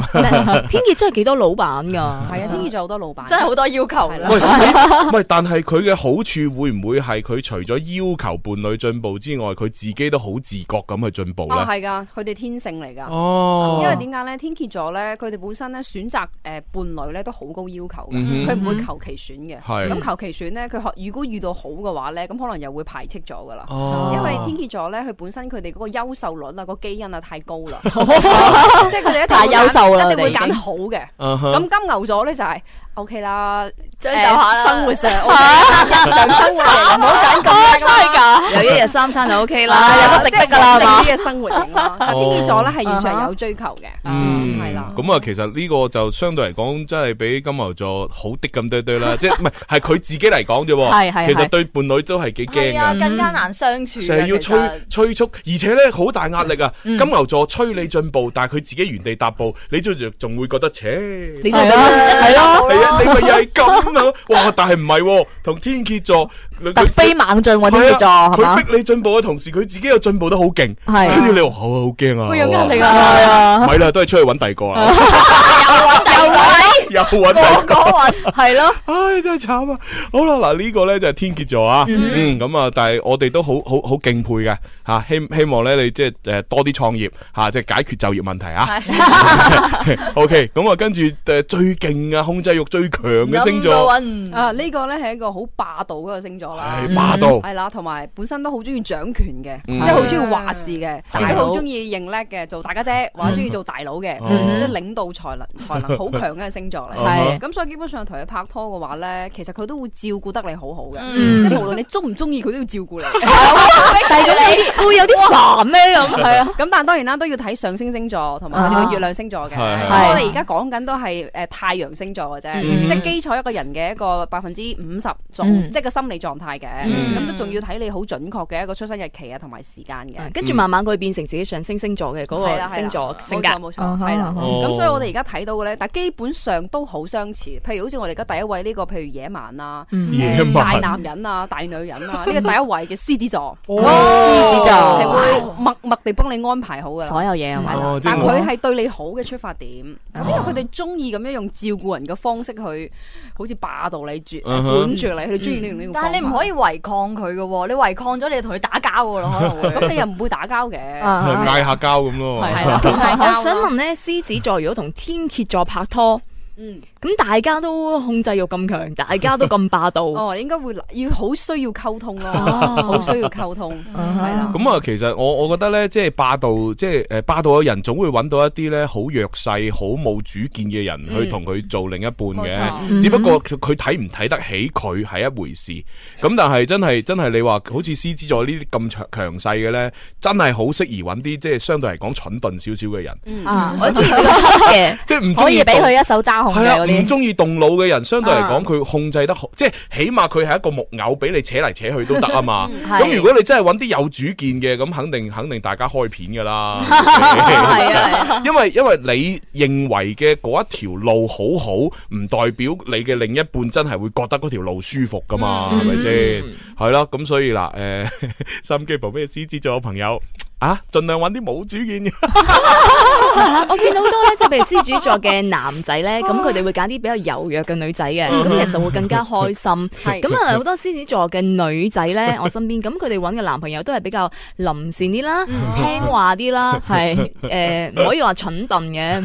嘛 天蝎真係幾多老闆㗎，係啊，天蝎座好多老闆，真係好多要求係啦。啦喂，咁喂，但係佢嘅好處會唔會係佢除咗要求伴侶進步之外，佢自己都好自覺咁去進步啊，咧？係㗎，佢哋天性嚟㗎。哦因為點解咧？天蝎座咧，佢哋本身咧選擇誒呃伴侶咧都好高要求嘅，嗯佢唔會求其選嘅。係咁求其選咧，佢學如果遇到好嘅話咧，咁可能又會排斥咗噶啦。哦因為天蝎座咧，佢本身佢哋嗰個優秀率啊，個基因啊太高 啦，即係佢哋一定太會揀優秀啦一定我哋會已經揀好嘅。啊哈咁金牛座咧就係 O K 啦，將就下啦誒生活上 O K，日常生活嚟唔好揀咁叻啦有一日三餐就 OK 啦，啊有得食得㗎啦係嘛即係穩定啲嘅生活型啦。但天蝎座咧係完全有追求嘅，嗯，係啦。咁啊，其實呢個就相對嚟講，真係比金牛座好啲咁多堆啦，即係唔係係佢自己嚟講啫係喎，係其實係對伴侶都係幾驚係啊，㗎，更加難相處嘅啊成日要其實催催促，而且咧好大壓力啊！金牛座催你進步，但係佢自己原地踏步，你就仲會覺得，切，你係都咁樣係咯，啊，你咪又係咁啊！哇，但係唔係喎，同天蝎座佢突佢飛猛進喎，天係蝎啊座係佢？嘛逼你進步嘅同時，佢自己又進步得好勁，係跟住你話好啊，好驚啊！會有壓力啊！係啊，唔係啦，都係出去揾第二個 啦， 又揾第二個個個運係咯，唉，真系惨啊！好啦，嗱呢个咧就系天蝎座啊，嗯咁啊，但系我哋都好好好敬佩嘅吓，希希望咧你即系诶多啲创业吓，即系解决就业问题啊。O K，咁啊，跟住诶最劲啊，控制欲最强嘅星座， Number one 啊，呢個咧係一個好霸道嗰個星座啦。嗯系霸道，係啦，同埋本身都好中意掌權嘅，嗯即係好中意話事嘅，大亦都佬好中意認叻嘅，做大家姐或者中意做大佬嘅，嗯即係領導才能才能好強嘅星座嚟。係咁所以基本上同佢拍拖嘅話咧，其實佢都會照顧得你好好嘅，嗯即係無論你中唔中意，佢都要照顧你。 但係咁有啲會有啲煩咩咁？係啊，咁但係當然啦，都要睇上升星座同埋佢哋嘅月亮星座嘅。啊係係我哋而家講緊都係誒太陽星座嘅啫，嗯即係基礎一個人嘅一個百分之五十嗯狀，即係個心理狀態嘅。嗯咁都仲要睇你好準確嘅一個出生日期啊，同埋時間嘅。啊跟住慢慢佢變成自己上升星座嘅嗰係啦個星座性係格啦。冇錯冇錯，啊哈係啊啦。哈咁所以我哋而家睇到嘅咧，但基本上都好相似。譬如好似我哋而家第一位呢個，譬如野蠻啊、野蠻大男人啊、大女人啊，呢個第一位嘅獅子座，係獅子座會默默地幫你安排好噶啦。所有嘢係咪？哦即係但我佢係對你好嘅出發點，咁因為佢哋中意咁樣用照顧人嘅方式去，好似霸道你住嗯呃管哼住你，佢哋中意呢嗯種呢種。嗯但係你唔可以，違抗佢嘅喎，你違抗咗你就同佢打交嘅咯，可能會。咁你又唔會打交嘅，啊嗌下交咁咯，係係啦，打交我啦想問咧，獅子座如果同天蝎座拍拖，嗯，咁大家都控制欲咁強，大家都咁霸道， 哦，應該會要好需要溝通咯，哦好需要溝通，嗯係啦。咁啊，其實我我覺得咧，即係霸道，即係誒霸道嘅人，總會揾到一啲咧好弱勢、好冇主見嘅人去同佢做另一半嘅。嗯只不過佢佢睇唔睇得起佢係一回事。咁但係真係真係你話好似獅子座呢啲咁強強勢嘅咧，真係好適宜揾啲即係相對嚟講蠢鈍少少嘅人，嗯啊！我中意呢個黑嘅，即係唔可 中意以俾動佢一手揸控係嘅啊，嗰哦啲唔。中意動腦嘅人，相對嚟啊。講佢控制得好，即係起碼佢係一個木偶，俾你扯嚟扯去都得啊嘛嗯係咁如果你真係揾啲有主見嘅，咁肯定肯定大家開片噶啦。係 啊因為因為你認為嘅嗰一條路好好，唔代表你嘅另一半真係會覺得嗰條路舒服噶嘛，嗯係咪先？係啦，咁所以嗱，诶， 心機旁邊嘅獅子座嘅朋友啊，尽量揾啲冇主見 嘅。 我見到好多咧，即係譬如獅子座嘅男仔 咧，咁佢哋會揀啲比較柔弱嘅女仔嘅，咁其實會更加開 心。係咁啊，好多獅子座嘅女仔咧， 我身邊咁佢哋揾嘅男朋友都係比較林善啲啦，聽話啲 啦，係誒唔可以話蠢鈍 嘅，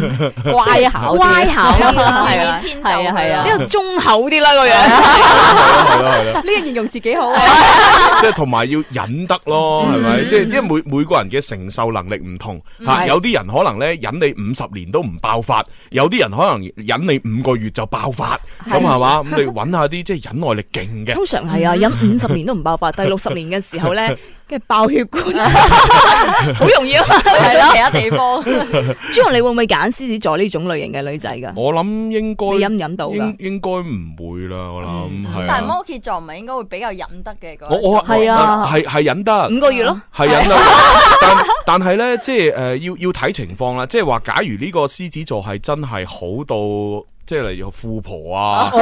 乖巧啲乖巧啲係 啊容易遷就係啊係啊，佢比較忠厚啲啦 個樣。啊係啦係啦。呢個形容自己好啊， 即係同埋要忍得咯，嗯係咪？即係因為每每個人嘅承受能力唔同吓，係有啲人可能咧忍你五十年都唔爆發，有啲人可能忍你五個月就爆發，咁係嘛？咁你揾下啲即係忍耐力勁嘅。通常係嗯啊，忍五十年都唔爆發，第六十年嘅時候 咧，跟住爆血管，啊 好容易啊，係去咯。其他地方。朱紅，你會唔會揀獅子座呢種類型嘅女仔㗎？ 我諗應該你忍唔忍到㗎嗯應應該唔會啦，我諗係但係啊。摩羯座唔係應該會比較忍得嘅嗰我一種我係啊係係忍得。五個月咯。係忍得， 但但係咧，即係诶、呃要要睇情況啦。即係話，假如呢個獅子座係真係好到，即係例如富婆啊。哦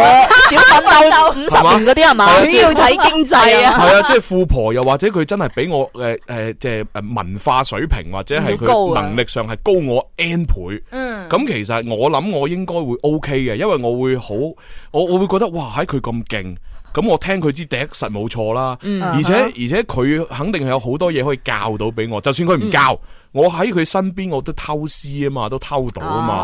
小奮鬥五十年嗰啲係嘛？係啊主要睇 經濟啊。系啊，即系富婆，又或者佢真系比我诶诶，即系诶呃文化水平或者系高佢啊能力上系高我 n 倍。嗯，咁其實我諗我應該會 O K 嘅，因為我會好，我我會覺得哇，喺佢咁勁，咁我聽佢支笛實冇錯啦。嗯而且啊而且佢肯定係有好多嘢可以教到俾我，就算佢嗯唔教，我喺佢身邊我都偷師啊嘛，都偷到啊嘛，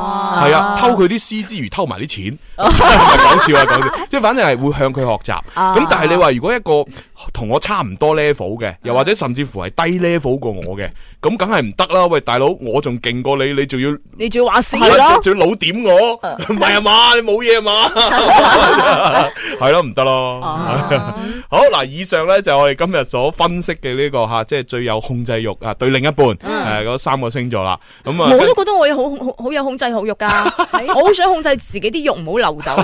哦係啊，偷佢啲師之餘偷埋啲錢， 真係唔係講笑啊講笑，即係反正係會向佢學習。咁但係你話如果一個同我差唔多 level 嘅，又或者甚至乎係低 level 過我嘅，咁梗係唔得啦。喂，大佬，我仲勁過你，你仲要。你仲要話事係咯？ 仲要老點我，唔係啊嘛，你冇嘢啊嘛，係咯，唔得咯。 好嗱，以上咧就係我哋今日所分析嘅呢個吓，即係最有控制欲啊，對另一半诶嗰三個星座啦。咁我啊，都覺得我好好好有控制好欲 㗎，我好想控制自己啲肉唔好流 走，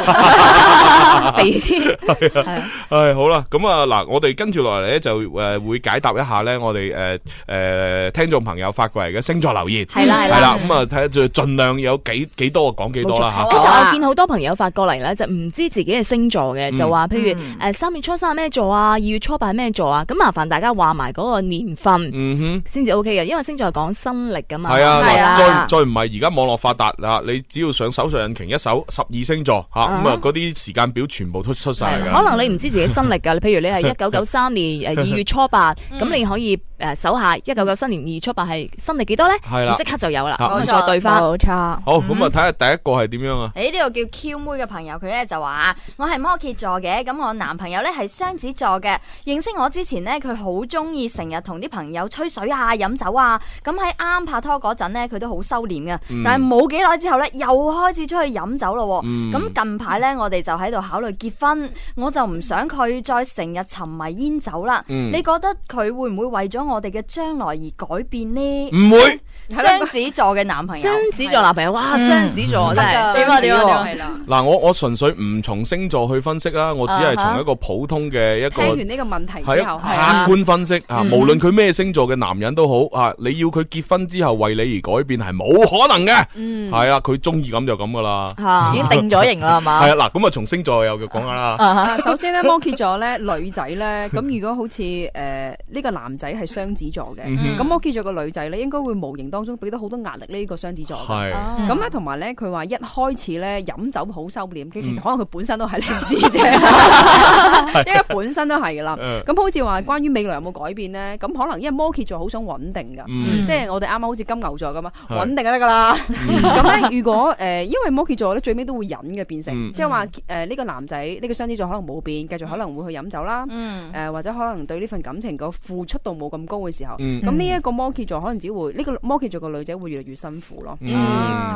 肥啲。 唉，好啦，咁啊嗱，我哋跟住落嚟咧就诶会解答一下咧，我哋诶诶听眾朋友發過嚟嘅星座留言。係啦係係啦。啦，咁啊睇下就盡量有幾幾多我講幾多啦吓。其實好啊我見好多朋友發過嚟咧，就唔知自己嘅星座嗯嘅，就話譬如誒三月初三係咩座啊，二月初八係咩座啊，咁麻煩大家話埋嗰個年份嗯哼。先至 O K 嘅，因為星座係講新歷噶嘛。系啊，係嗱，啊再再唔係而家網絡發達啊，你只要上搜索引擎一搜十二星座吓，咁啊嗰啲時間表全部都出晒係㗎。可能你唔知自己新歷 㗎，你譬如你係一九九三年誒二月初八，嗯咁你可以誒搜下一九九三年二月初八係新歷幾多咧？係啦咁即刻就有啦，啊咁再對翻。冇錯。好，咁啊睇下第一個係點樣啊？诶，呢度叫 Q 妹嘅朋友，佢咧就話：我係摩羯座嘅，咁我男朋友咧係雙子座嘅。認識我之前咧，佢好中意成日同啲朋友吹水啊、飲酒啊。咁喺啱拍拖嗰陣咧，佢都好收斂嘅。嗯但係冇幾耐之後咧，又開始出去飲酒咯喎。嗯咁、近排咧，我哋就喺度考慮結婚，我就唔想佢再成日沉迷煙酒啦。嗯你覺得佢會唔會為咗我哋嘅將來而改變呢？唔會，雙子座嘅男朋友嗯雙，子座男朋友，嗯哇！嗯雙子座真係點啊點啊點啊係啦。嗱，我我純粹唔從星座去分析啦，我只係啊從一個普通嘅一聽個完呢個問題係之後，係嗯啊客觀分析啊，無論佢咩星座嘅男人都好啊，你要佢結婚之後為你而改變係冇可能嘅，嗯係啊，佢中意咁就咁噶啦，已經定咗型啦，係嘛？係啊，嗱，咁啊從星座又講下啦，啊，首先咧，摩羯座咧，女仔咧，咁如果好似誒呢個男仔係雙子座嘅，嗯咁摩羯座嘅女仔咧，應該會無形當中俾到好多壓力呢個雙子座嘅。係。嗯咁咧，同埋咧，佢話一開始咧飲酒好收斂，其實可能佢本身都係你唔知 啫，因為本身都係噶啦。誒咁好似話關於未來有冇改變咧，咁可能因為摩羯座好想穩定噶，嗯即係我哋啱啱好似金牛座咁啊，係穩定就得噶啦。咁咧，如果誒，因為摩羯座咧最尾都會忍嘅變嗯成，即係話誒呢個男仔呢個雙子座可能冇變，繼續可能會去飲酒啦。嗯誒或者可能對呢份感情個付出度冇咁高嘅時候，嗯咁呢一個摩羯座可能只會呢個摩羯座個女仔會越嚟越辛苦咯。嗯，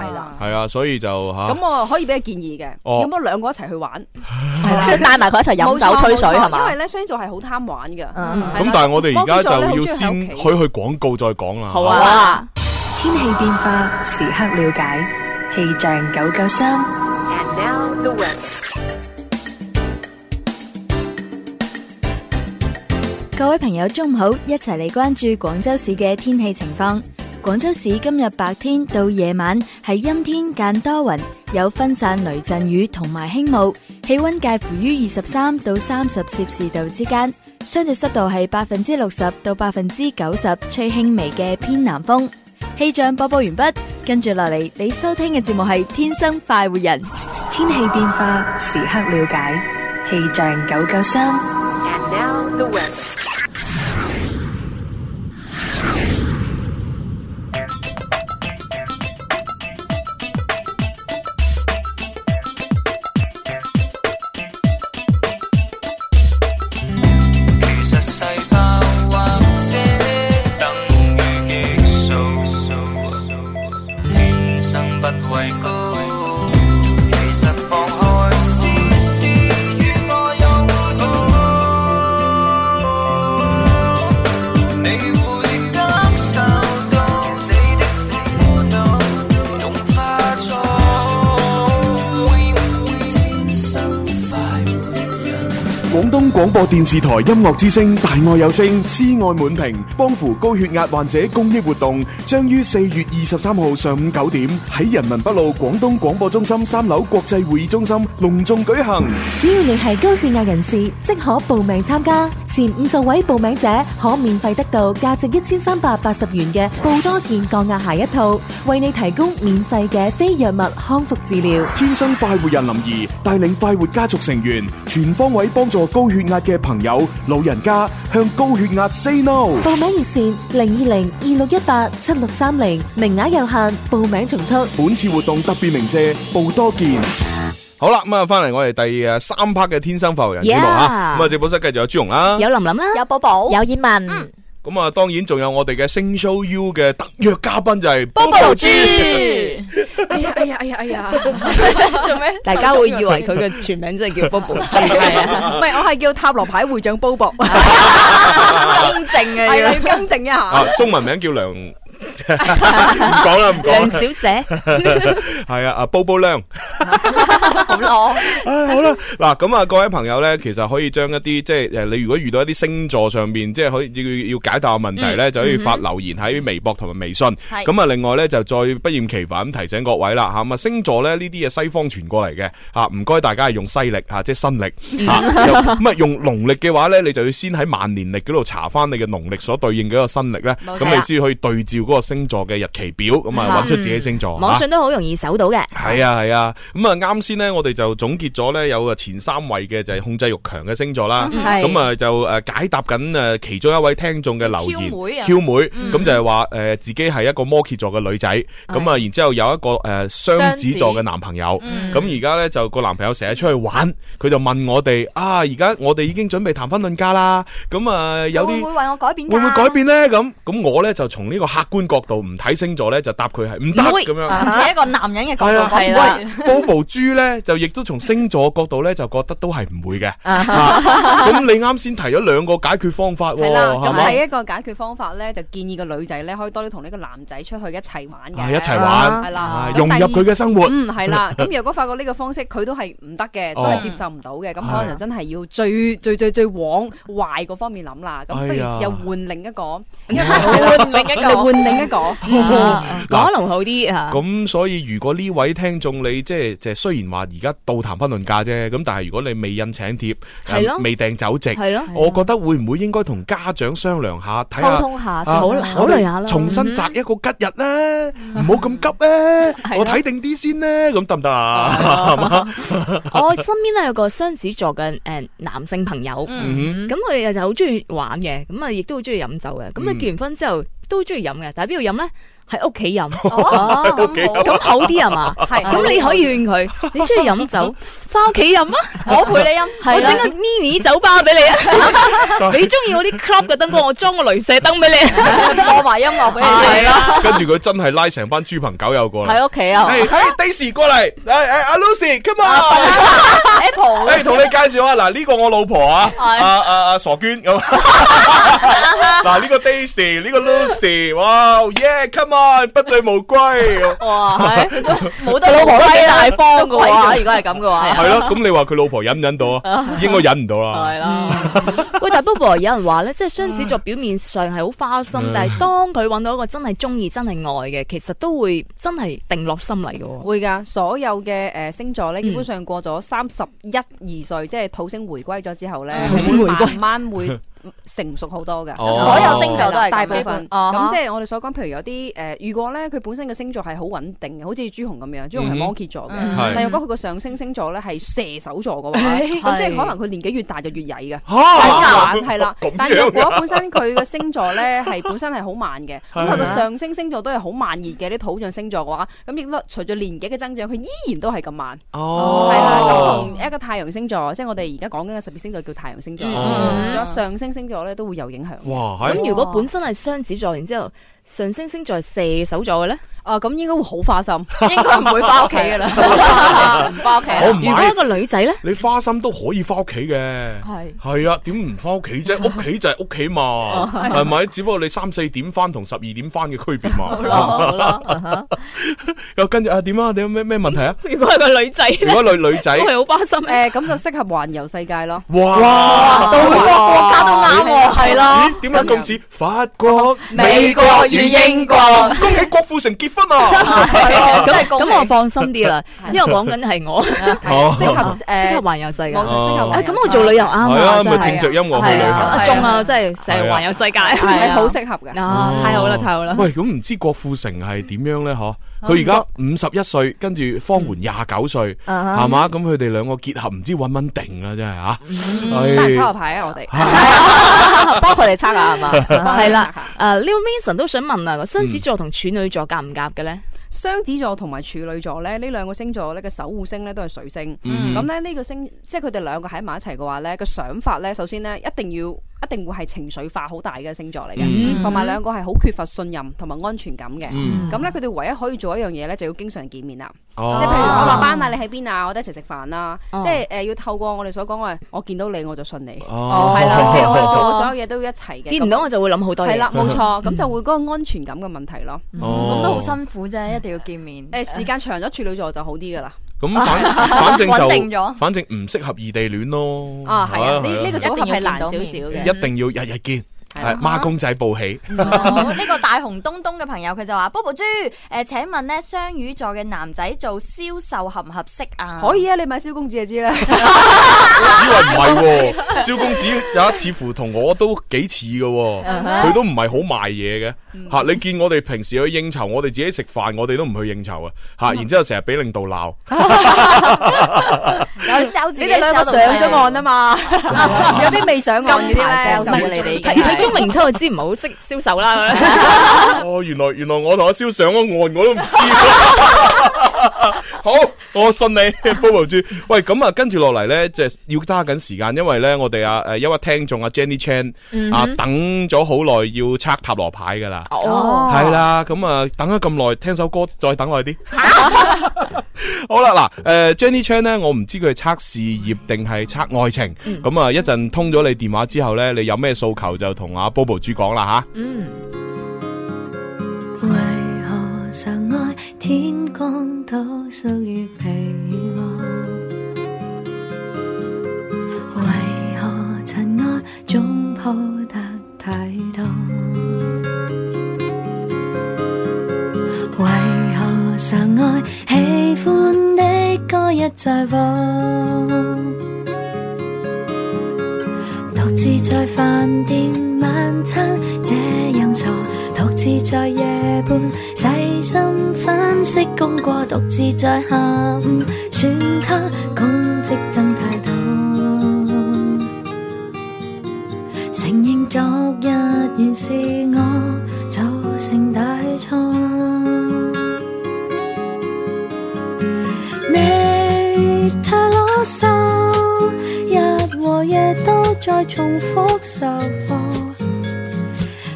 係啦。系啊，所以就吓咁我可以俾個建議嘅，哦有冇 兩個一齊去玩？係啦，即係帶埋佢一齊飲冇錯酒吹水冇錯係因為嘛？咧雙魚座係好貪玩嘅。嗯係咁啦但係我哋而家就要摩羯座呢好中意先喺屋企去去廣告再講啦。好嚇，啊，天氣變化時刻了解，氣象九九三。 Louis。各位朋友，中午好，一齊嚟關注廣州市嘅天氣情況。廣州市今日白天到夜晚係陰天間多雲，有分散雷陣雨同埋輕霧，氣温介乎於二十三到三十攝氏度之間，相對濕度係百分之六十到百分之九十，吹輕微嘅偏南風。氣象播報完畢，跟住落嚟你收聽嘅節目係《天生快活人》，天氣變化時刻了解，氣象九九三。 And now the weather. 其實細胞或者等於激素，天生不畏高。其實放開試試，與我有我，你會感受到你的苦惱融化咗，天生快活人。广东广播电视台音乐之声《大爱有声》施爱满屏，帮扶高血压患者公益活动将于四月二十三号上午九点喺人民北路广东广播中心三楼国际会议中心隆重举行。只要你係高血壓人士，即可報名參加。前五十位報名者可免費得到價值一千三百八十元嘅報多健降壓鞋一套，為你提供免費嘅非藥物康復治療。天生快活人林怡帶領快活家族成員，全方位幫助高血壓嘅朋友、老人家向高血壓 say no。報名熱線零二零二六一八七六三零，名額有限，報名重速。本次活動特別鳴謝報多健。好啦，咁啊，翻嚟我哋第诶三 part 嘅天生浮人節目啊， Yeah 咁啊，直播室繼續有朱容啦，有林林啦，有寶寶，啊有燕文，咁啊，當然仲有我哋嘅星 show U 嘅特約嘉賓就係 Bobo 哎呀哎呀哎呀哎呀，做咩？大家會以為佢 嘅全名真係叫 Bobo 豬，係啊， 唔係我係叫塔羅牌會長 Bobo，公正啊係要啊，要更正一下啊。，中文名叫梁， 唔講啦，唔講啦，梁小 姐，係啊，啊，Bobo 梁。好咯，唉，好啦， 嗱咁啊，各位朋友咧，其實可以將一啲即係呃诶，你如果遇到一啲星座上面即係可以要要解答嘅問題咧，就可以發留言喺微博同埋微信。咁啊，另外咧就再不厭其煩咁提醒各位啦吓，咁啊星座咧呢啲嘢西方傳過嚟嘅吓，唔該大家係用西曆吓，即係新曆吓，又咁啊用農曆嘅話咧，你就要先喺萬年曆嗰度查翻你嘅農曆所對應嘅一個新曆咧，冇錯咁你先可以對照嗰個星座嘅日期表，咁啊揾出自己星座。嗯網嚇上都好容易搜到嘅，系啊系啊，咁啊啱先咧，我哋就總結咗咧有啊前三位嘅就係控制欲強嘅星座嗯啦，係咁啊就诶解答緊诶其中一位聽眾嘅留 Q 妹言啊，Q 妹，咁就係話诶自己係一個摩羯座嘅女仔，嗯咁啊然之后有一個诶双子座嘅男朋友，嗯咁而家咧就個男朋友成日出去玩，佢就問我哋啊，而家我哋已經準備談婚論嫁啦，咁啊有會啲唔。會為我改變㗎？會唔會改變呢？咁咁我呢，就從呢個客觀角度唔睇星座呢，就答佢係唔得唔會咁樣。啊以一個男人嘅角係啊度講，喂，Bobo 豬咧就亦都從星座角度咧就覺得都係唔會嘅。 啊咁你啱先提咗兩個解決方法喎，係啦，係嘛咁？第一個解決方法咧，就建議個女仔咧可以多啲同呢個男仔出去一齊玩啊嘅，一齊玩係啊啦，融入佢嘅生活。嗯，係啦。咁如果發覺呢個方式佢都係唔得嘅，都哦係接受唔到嘅，咁係可能真係要最最最最往壞嗰方面諗啦。咁不哎如呀試下換另一個，嚟換另一個，換另 一個。嗯 À. 嗯可能好啲啊。咁所以如果呢位聽眾你即係即係雖然話而家到談婚論嫁啫，咁但係如果你未印請帖，係咯誒未訂酒席，係咯，我覺得會唔會應該同家長商量下，睇溝下通下先啊好好啦啦。考慮下啦我哋重新擇一個吉日啦，唔好咁急 啊！我睇定啲先啦，咁得唔得啊？係 嘛？ 我身邊咧有個雙子座嘅誒男性朋友，嗯咁佢就好中意玩嘅，咁啊亦都好中意飲酒嘅。咁啊嗯結完婚之後都中意飲嘅，但係邊度飲 咧？喺屋企飲，哦，啊咁咁好啲係啊嘛？好，係咁你可以勸佢， 你中意飲酒，翻屋企飲啊！我陪你飲， 我整個 mini 酒吧俾你啊！ 你中意我啲 club 嘅燈光，我裝個雷射燈 俾你啊！播埋音樂俾你係睇啦啦。 跟住佢真係拉成班豬朋狗友過嚟。喺屋企啊，诶，诶，Daisy 過嚟，诶诶，阿 Lucy，come on，誒 couple 诶，同你介紹啊，嗱呢個我老婆啊，係啊啊啊傻娟 咁，嗱呢個 Daisy，呢個 Lucy，哇，yeah，come on，不醉無歸。哇，係冇得佢老婆都幾大大方方嘅㗎喎喎，如果係咁嘅話， 係咯，啊咁你話佢老婆忍唔忍到 啊？應該忍唔到啦。係啦， 喂，但 Bobo 有人話咧，即係雙嗯子座表面上係好花心唉，但係當佢揾到一個真係中意、真係愛嘅，其實都會真係定落心嚟嘅喎。會㗎，所有嘅誒星座咧，嗯基本上過咗三十一二歲，即係土星回歸咗之後咧，土星回歸慢慢會成熟好多嘅。哦所有星座都係咁大部基本分。啊哈咁即係我哋所講，譬如有啲誒，如果咧佢本身嘅星座係好穩定嘅，好似朱紅咁樣，朱紅係嗯哼摩羯座嘅嗯，但如果佢個上升星 座咧係射手座嘅話，係咁即係可能佢年紀越大就越曳 嘅，嚇就係玩係啦哦咁樣㗎。但如果本身佢嘅星座咧係本身係好慢 嘅，咁啊佢個係上升星座都係好慢熱嘅啲土象星座嘅話，咁亦都隨住年紀嘅增長，佢依然都係咁慢。哦係啦，咁同一個太陽星座，即係我哋而家講緊嘅十二星座叫太陽星座，嗯仲有上升星座咧都會有影響。哇，咁如果本身係雙子座，然之後上升星座係射手座嘅咧，啊，咁應該會好花心，應該唔會返屋企㗎啦 唔啊返屋企我唔如果一個女仔咧，你花心都可以翻屋企嘅。係係啊，點唔翻屋企啫？ 屋企就係屋企嘛，哦係係咪？只不過你三四點翻同十二點翻嘅區別嘛。 又跟住啊，點啊？你有咩咩問題 啊？如果係個女仔，如果女女仔好花心誒，咁就適合環遊世界咯。哇到每個國家都啱喎，係咯。咦，點解咁似法國、美國與英國恭喜郭富城結婚哦啊！ 咁咁我放心啲啦，因為我講緊係我哦適合誒適合環遊世界，我覺得適合環遊世界誒咁我做旅遊係啱啊，啊真咪係聽着音樂去旅行係啊中啊，真係成日環遊世界，係哦好適合嘅。啊，太好啦，太好啦！喂，咁唔知郭富城係點樣咧？嗬，佢而家五十一歲，跟住方媛廿九歲，嗯啊哈係嘛？咁佢哋兩個結合，唔知穩唔穩定啊！真係吓，唉嗯都係抄牌啊！我哋 包括你測 下係嘛？係啦係啦，誒呢個 Mason 都想問嗯啊，雙嗯子座同處女座夾唔夾嘅咧？雙子座同埋處女座咧，呢兩個星座咧嘅守護星咧都係水星。嗯咁咧呢個星，即係佢哋兩個喺埋一齊嘅話咧，個想法咧，首先咧一定要一定會係情緒化好大嘅星座嚟嗯嘅，同埋兩個係好缺乏信任同埋安全感嘅。嗯咁咧佢哋唯一可以做一樣嘢咧，就要經常見面啦。哦即係譬如我落班啊，你喺邊啊，我哋一齊食飯啦。哦即係誒要透過我哋所講嘅，我見到你我就信你，哦係啦，即係我哋做嘅所有嘢都要一齊嘅。見唔到我就會諗好多嘢。係啦，冇錯，哦咁就會嗰個安全感嘅問題咯。嗯哦咁都好辛苦啫，一定要見面。嗯誒，時間長咗，處女座就好啲噶啦。 咁反反正穩定就咗反正唔適合異地戀咯。啊，係啊，呢呢個組一合定要係難見到少少面嘅。一定要日日見，係啊孖公仔報喜。好嗯呢個大紅東東嘅朋友佢就話：Bobo 豬，誒請問呢雙魚座嘅男仔做銷售合唔合適啊？可以啊，你買蕭公子就知啦。以為唔係喎，蕭公子啊，似乎同我都幾似嘅喎，嗯佢都唔係好賣嘢嘅嚇。你見我哋平時去應酬，我哋自己食飯，我哋都唔去應酬啊嚇，然之後成日俾領導鬧，有 sell 自 己你哋兩個上咗岸啊嘛， 有啲未上岸嗰啲金牌咧， sales 就會做睇睇鐘明秋就知唔好識銷售 啦。哦，原來原來我同阿蕭上咗岸，我都唔知。好，我信你 ，Bobo 豬。喂，咁啊，跟住落嚟咧，即係要揸緊時間，因為咧，我哋啊誒，因為聽眾啊 Jenny Chan 嗯啊哼等咗好耐要測塔羅牌噶啦，哦係啦，咁啊等咗咁耐，聽首歌再等耐啲。好啦，嗱，誒 Jenny Chan 咧，我唔知佢係測事業定係測愛情，咁啊一陣通咗你電話之後咧，你有咩訴求就同阿 Bobo 豬講啦嗯，为何常爱天光都属于疲劳？为何尘埃总抱得太多？为何常愛喜歡的歌一再播？獨自在飯店晚餐這樣傻，獨自在夜半細心分析功過，獨自在下午選他公職真太多。承認昨日原是我造成大錯。你太啰嗦，日和夜都在重複受課。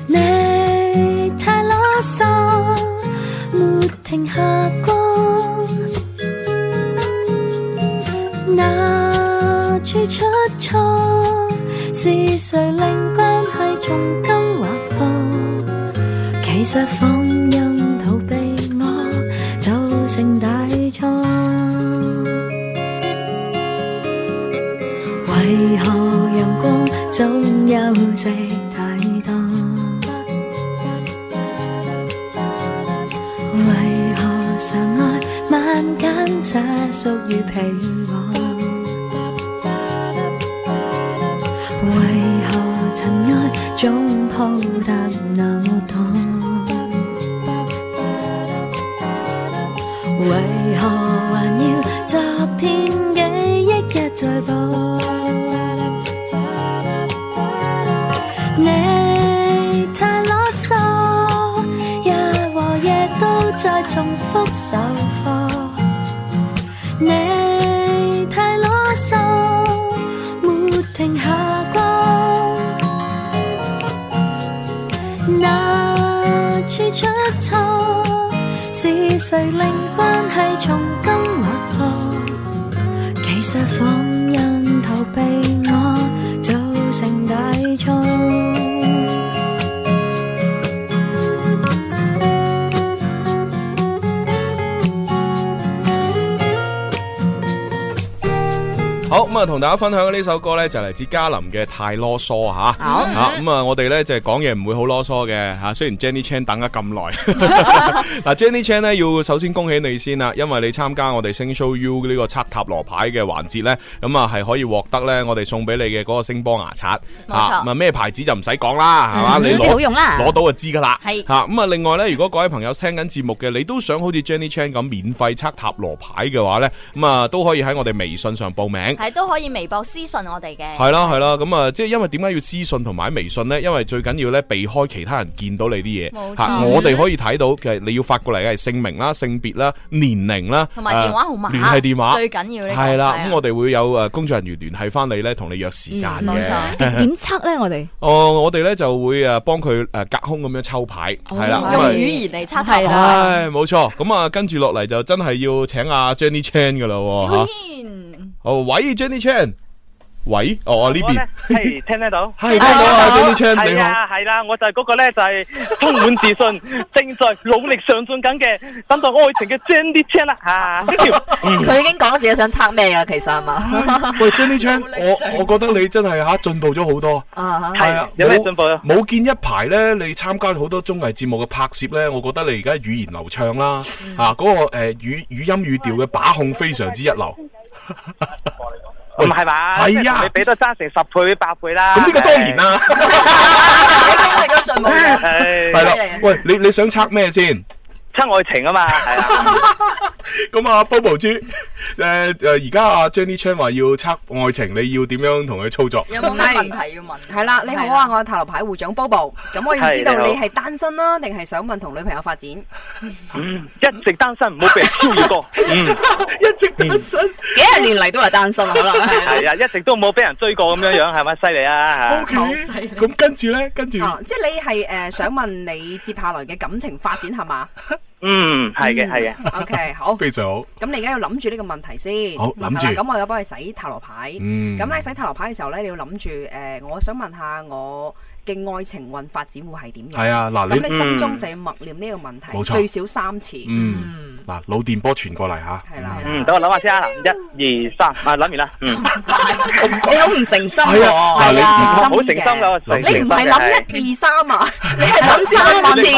你太啰嗦，沒停下過。那處出錯，是誰令關係重金劃破？其實放任逃避我，造成大錯。為何陽光總有夕太多？為何常愛晚間灑屬於被我？為何塵埃總鋪得那麼多？為何還要昨天記憶一再播？你太囉嗦，日和夜都在重複受課。你太囉嗦，沒停下過。那處出錯，是誰令關係從今劃破？其實放任逃避我，造成大錯。好咁啊，同大家分享嘅呢首歌咧就嚟自嘉林嘅《太囉嗦》吓，好嗯吓咁啊，我哋咧就係講嘢唔會好囉嗦嘅吓，雖然 Jenny Chan 等咗咁 耐，嗱 Jenny Chan 咧要首先恭喜你先啦，因為你參加我哋星 show U 呢個測塔羅牌嘅環節咧，咁啊係可以獲得咧我哋送俾你嘅嗰個聲波牙刷冇錯吓，咁啊咩牌子就唔使講啦，係嘛，嗯你總之攞好用啦攞到就知噶啦，係吓咁啊，另外咧，如果各位朋友聽緊節目嘅，你都想好似 Jenny Chan 咁免費測塔羅牌嘅話咧，咁啊都可以喺我哋微信上報名。系都可以微博私信我哋嘅。系啦系啦，咁啊，即系因為點解要私信同埋微信呢？因為最緊要咧避開其他人見到你啲嘢冇錯嚇我哋可以睇到嘅，你要發過嚟嘅係姓名啦、性別啦、年齡啦，啊同埋電話號碼聯繫電話最緊要呢個係啦，係啊咁我哋會有诶工作人員聯繫翻你咧，同你約時間嗯冇 嘅。點點測咧？我哋哦，我哋咧就會诶帮佢诶隔空咁樣抽牌，係啦，咁哦用啊語言嚟測睇啦。唉，冇錯，咁啊，跟住落嚟就真係要請阿 Jenny Chan 噶啦喎，嚇哦，喂，Jenny Chan，喂，哦，啊哦呢邊。系听 得到，係聽到啊，Jenny Chan，你系好啊，系啦，我就係嗰個咧，就係充滿自信，正在努力上進緊嘅，等待愛情嘅 Jenny Chan 啦 吓。嗯佢已經講咗自己想測咩啊，其實係嘛？嗯喂，Jenny Chan，我我覺得你真係吓進步咗好多。 啊係啊，有咩進步啊？冇見一排咧，你參加好多綜藝節目嘅拍攝咧，我覺得你而家語言流暢啦，嗯啊嗰個誒語語音語調嘅把控非常之一流。唔係嘛？係啊即係同你俾多爭成十倍八倍啦。咁呢個當然啦，啊啊係係啦。喂，你你想測咩先？測愛情啊嘛，係啊。 咁啊，Bobo 豬，誒誒，而家阿 Jenny Chan 話要測愛情，你要點樣同佢操作？有冇咩問題要問？係啦，你好啊，我係塔羅牌會長 Bobo，咁我要知道係你你好係單身啦，定係想問同女朋友發展？嗯，一直單身，唔好俾人超越 過。嗯，一直單身，幾十年嚟都係單身，可能係啊，一直都冇俾人追過咁樣樣，係咪犀利啊 O K，咁 跟住咧，跟住啊，即係你係誒想問你接下來嘅感情發展係嘛？嗯，係嘅，係嘅。 OK，好非常好。咁你而家要諗住呢個問題先，好諗住係啦咁我有幫你洗塔羅牌，嗯咁咧洗塔羅牌嘅時候咧，你要諗住誒，我想問下我嘅愛情運發展會係點樣？係啊嗱你咁你心中就要默念呢個問題，冇錯最少三次。嗯，嗱，腦電波傳過嚟吓。係啦嗯，等我諗下先啊，嗱，一二三，啊，諗完啦，嗯， 你好唔誠心係喎，啊嗱你好誠心㗎我嘅誠心嘅你唔係係諗諗一二三啊，你 係諗三次嘅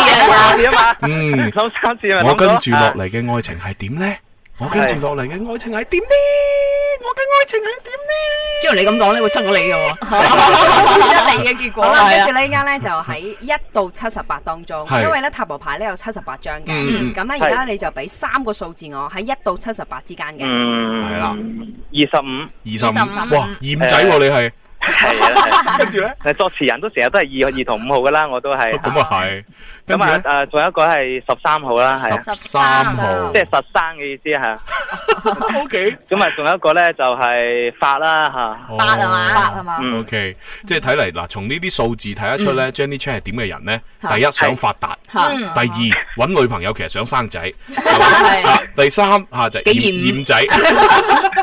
啊嘛， 嗯，諗三次咪啊我諗跟到住落嚟嘅愛情係點呢？我跟住落嚟嘅愛情係點呢？我嘅愛情係點呢？朱紅你咁講咧，會出到你嘅喎，得你嘅結果好啦，係跟啊住呢間咧就喺一到七十八當中，係因為咧塔羅牌咧有七十八張嗯嘅，咁咧而家你就俾三個數字我喺一到七十八之間 Ừ. 嘅。嗯，係啦，二十五， 25哇厭仔 Ờ. 喎你係，跟住咧，誒作詞人都成日都係二二同五號噶啦，我都係，咁啊係，咁啊誒，仲有一個係十三號啦，係13號即係實生嘅意思係。 O K，咁啊，仲有一個咧就係發啦吓，八係嘛？八係嘛？ O K，即係睇嚟嗱，從呢啲數字睇得出咧，Jenny Chan 係點嘅人呢？係第一想發達，嗯第二揾女朋友其實想生仔，啊第三吓就係幾厭厭厭仔。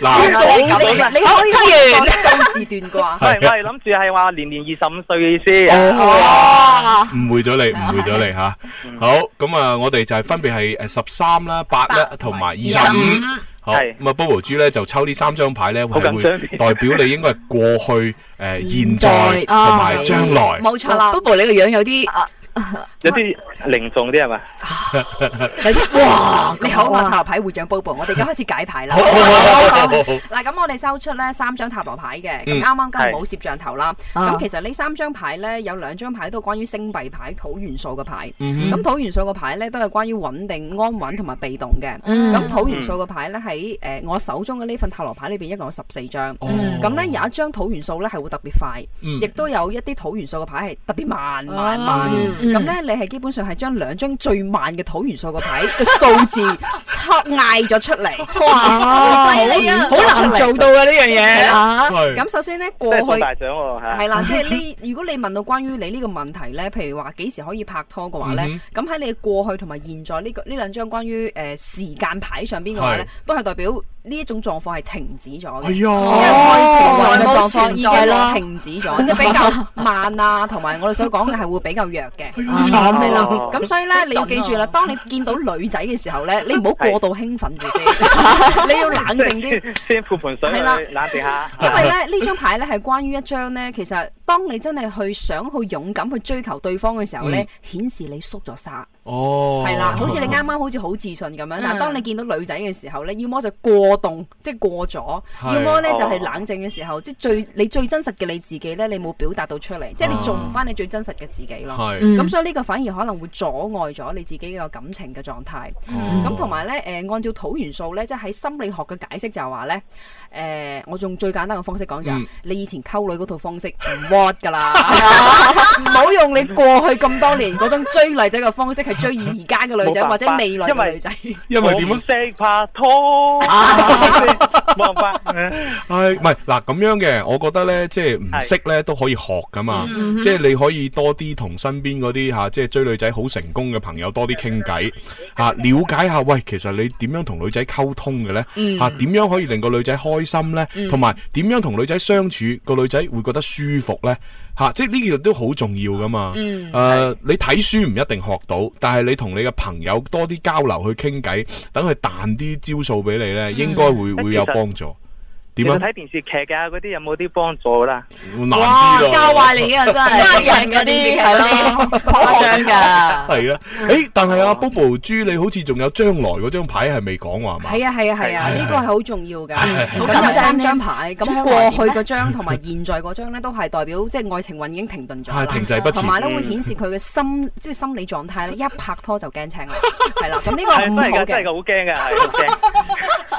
嗱原來你咁樣你可以好數字 段掛。係我係諗住係話年年二十五歲嘅意思。Dạ. 哦， 誤會咗你，誤會咗你吓。好，咁啊，我哋就係分別係诶十三啦、八啦同埋二十五。好，咁啊，Bobo 豬咧就抽呢三張牌咧，係緊張會代表你應該係過去、诶現在在同埋將來。哦冇錯啦 b o b o 你個樣有啲有啲凝重啲係咪？有啲哇！你好，我塔羅牌會長 Bobo，我哋而家開始解牌啦。嗱，咁我哋收出咧三張塔羅牌嘅，咁嗯啱啱今係日冇攝像頭啦。啊咁其實呢三張牌咧，有兩張牌都係關於星幣牌、土元素嘅牌。嗯哼咁土元素嘅牌咧，都係關於穩定、安穩同埋被動嘅。嗯咁土元素嘅牌咧，喺誒我手中嘅呢份塔羅牌裏邊，一共有十四張。咁咧有一張土元素咧係會特別快，哦嗯亦都有一啲土元素嘅牌係特別慢慢哦慢。嗯咁咧你係基本上係將兩張最慢嘅土元素嘅牌嘅數字 抽嗌咗出嚟。哇好難做到啊呢樣嘢係啦係咁首先咧即過係放去大獎喎嚇。係啦，即係呢。 如果你問到關於你呢個問題咧，譬如話幾時可以拍拖嘅話咧嗯，咁喺你過去同埋現在呢個呢兩張關於誒時間牌上邊嘅話咧係，都係代表呢一種狀況係停止咗嘅，哎呀即係愛情運嘅狀況已從來冇存在啦經停止 咗，即係比較慢啊，同埋我哋所講嘅係會比較弱 嘅，好慘啊係啦。咁所以咧，你要記 住好啦，當你見到女仔嘅時候咧，你唔好過度興奮住先， 你要冷靜 啲。啲，先潑盆水係啦去冷靜下。因啊為咧呢張牌咧係關於一張咧，其實當你真係去想去勇敢去追求對方嘅時候咧嗯，顯示你縮咗沙，哦，嗯係啦，好似你啱啱好似好自信咁樣，但係當你見到女仔嘅時候咧，要麼就過動，即係過咗，係要麼咧哦就係冷靜嘅時候，即係最你最真實嘅你自己咧，你冇表達到出嚟，即係你做唔翻你最真實嘅自己咯。嗯係咁所以呢個反而可能會阻礙咗你自己嘅感情嘅狀態。嗯咁同埋咧，誒按照土元素咧，即係喺心理學嘅解釋就係話咧，誒呃我用最簡單嘅方式講就係嗯你以前溝女嗰套方式唔 work 㗎啦， 唔好用你過去咁多年嗰種追女仔嘅方式係追而家嘅女冇辦仔法或者未來嘅女仔。因為點啊？識拍拖，冇辦法。系唔係嗱咁樣嘅？我覺得咧，即係唔識咧都可以學噶嘛。嗯即係你可以多啲同身邊嗰啲啊吓，即係追女仔好成功嘅朋友多啲傾偈吓，了解下喂，其實你點樣同女仔溝通嘅咧？嗯吓點樣可以令個女仔開心咧？嗯同埋點樣同女仔相處，個女仔會覺得舒服咧？吓，即係呢個都好重要噶嘛。嗯誒、你睇書唔一定學到，但係你同你嘅朋友多啲交流去傾偈，等佢彈啲招數俾你嗯咧，應該會會有幫助。點啊其實？睇電視劇㗎嗰啲有冇啲幫助啦？難啲咯教壞你啊真係呃人嗰啲係咯誇 張啊㗎係啦，誒，但係阿 Bobo 豬，你好似仲有將來嗰張牌係未講話嘛？係啊係啊係啊，係呢個係好重要㗎。係係咁有三張牌，咁張啊過牌去嗰張同埋 現在嗰張咧，都係代表即係愛情運已經停頓咗係啦停滯不前同埋咧嗯會顯示佢嘅心即係心理狀態咧，一拍拖就驚青啦，係啦。咁呢係個唔真好係㗎，真係嘅，㗎，好驚㗎，係好 驚。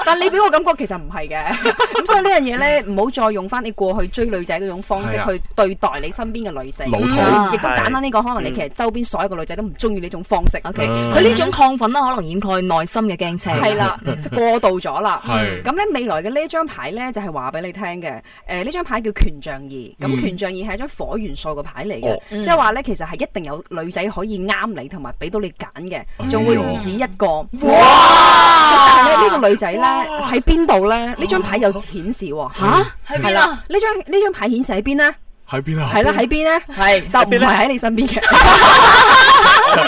但你俾我感覺其實唔係嘅。 咁所以呢樣嘢咧，唔好再用翻你過去追女仔嗰種方式係啊去對待你身邊嘅女性。老土嗯亦都係簡單啲講，可能你其實周邊所有嘅女仔都唔中意呢種方式。 OK，佢呢種亢奮啦，可能掩蓋內心嘅驚青。嗯係啦，過度咗啦。係咁咧，未來嘅呢一張牌咧，就係話俾你聽嘅。誒，呢張牌叫權杖二。嗯咁權杖二係一張火元素嘅牌嚟哦嘅，即係話咧，其實係一定有女仔可以啱你，同埋俾到你揀嘅，仲會唔止一個。哇！但係咧，呢個女仔咧喺邊度咧？呢張牌有顯示喎。嚇？喺邊啊係啦？呢張呢張牌顯示喺邊咧？喺邊哦啊？係啦，喺邊咧？係就唔係喺你 身邊嘅。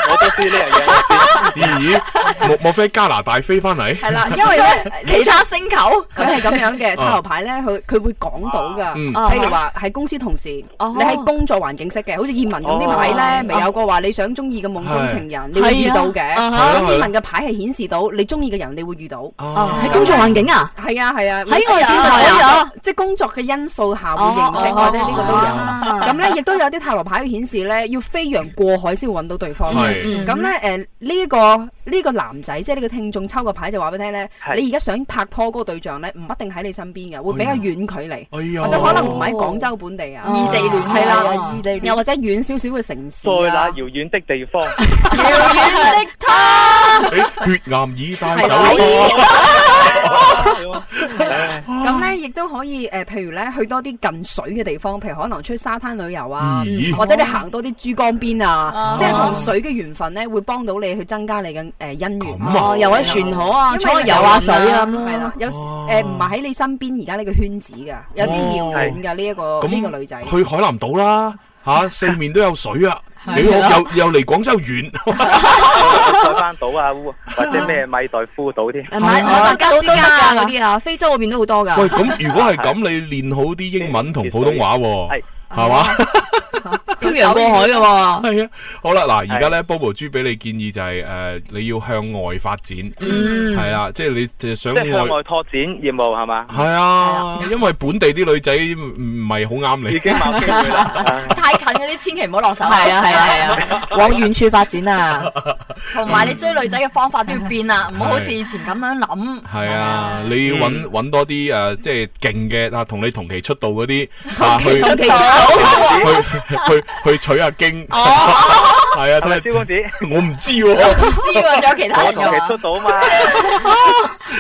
我都知呢樣嘢。咦？莫莫非加拿大飛翻嚟？係啦，因為咧其他星球佢係咁樣哦嘅啊塔羅牌咧，佢佢會講到啊噶，嗯譬如話係公司同事，哦你喺工作環境識嘅，好似葉文咁啲牌哦咧，咪有個話你想中意嘅夢中情係人，你會遇到嘅。係啊啊哦咁哈葉文嘅牌係顯示到你中意嘅人，你會遇到。喺工作環境啊，係啊係啊，喺我哋電台會啊有，即係工作嘅因素下會認識，哦哦或者呢個都哦有。咁咧亦都有啲塔羅牌會顯示咧，要飛揚過海先會揾到對方。係嗯咁咧誒呢一個呢個男仔，即係呢個聽眾抽個牌就話俾你聽咧，係你而家想拍拖嗰個對象咧，唔一定喺你身邊嘅，會比較遠距離，呀或者可能唔喺廣州本地啊，異地戀係係啦啊，異地戀又或者遠少少嘅城市在那啊。遙遠的地方，誒血癌已帶走係我。咁咧，亦都可以誒，譬如咧，去多啲近水嘅地方，譬如可能出去沙灘旅遊啊咦，或者你行多啲珠江邊啊啊，即係同水嘅緣分咧，會幫到你去增加你嘅誒姻緣。啊哦遊下船河啊因為出去遊下水啊咁啦係啦，有時誒唔係喺你身邊而家呢個圈子㗎，有啲遙遠㗎呢一個呢個女仔。去海南島啦，吓四面都有水啊，係啊你又又又離廣州遠，海翻島啊，烏或者咩米代夫島添。唔係啊我加斯加嗰啲啊，非洲嗰邊都好多噶。喂，咁如果係咁，你練好啲英文同普通話喎，係嘛？漂洋過海嘅喎。系啊，好啦，嗱，而家咧，Bobo 豬俾你建議就係诶，你要向外發展，嗯係啦，即係你就即想係向外外。拓展業務係嘛？係啊，因為本地啲女仔唔唔係好啱你，已經冇機會啦。太近嗰啲千祈唔好落手。係啊係啊係啊，往遠處發 展啊！同埋你追女仔嘅方法都要變啦，唔好好似以前咁樣諗。系啊，你要揾揾多啲诶，即係勁嘅啊，同你同期出道嗰啲啊，期去出道去去去取下經，哦係啊，睇下蕭公子，我唔知喎。知喎，仲有其他我人同㗎期出到嘛？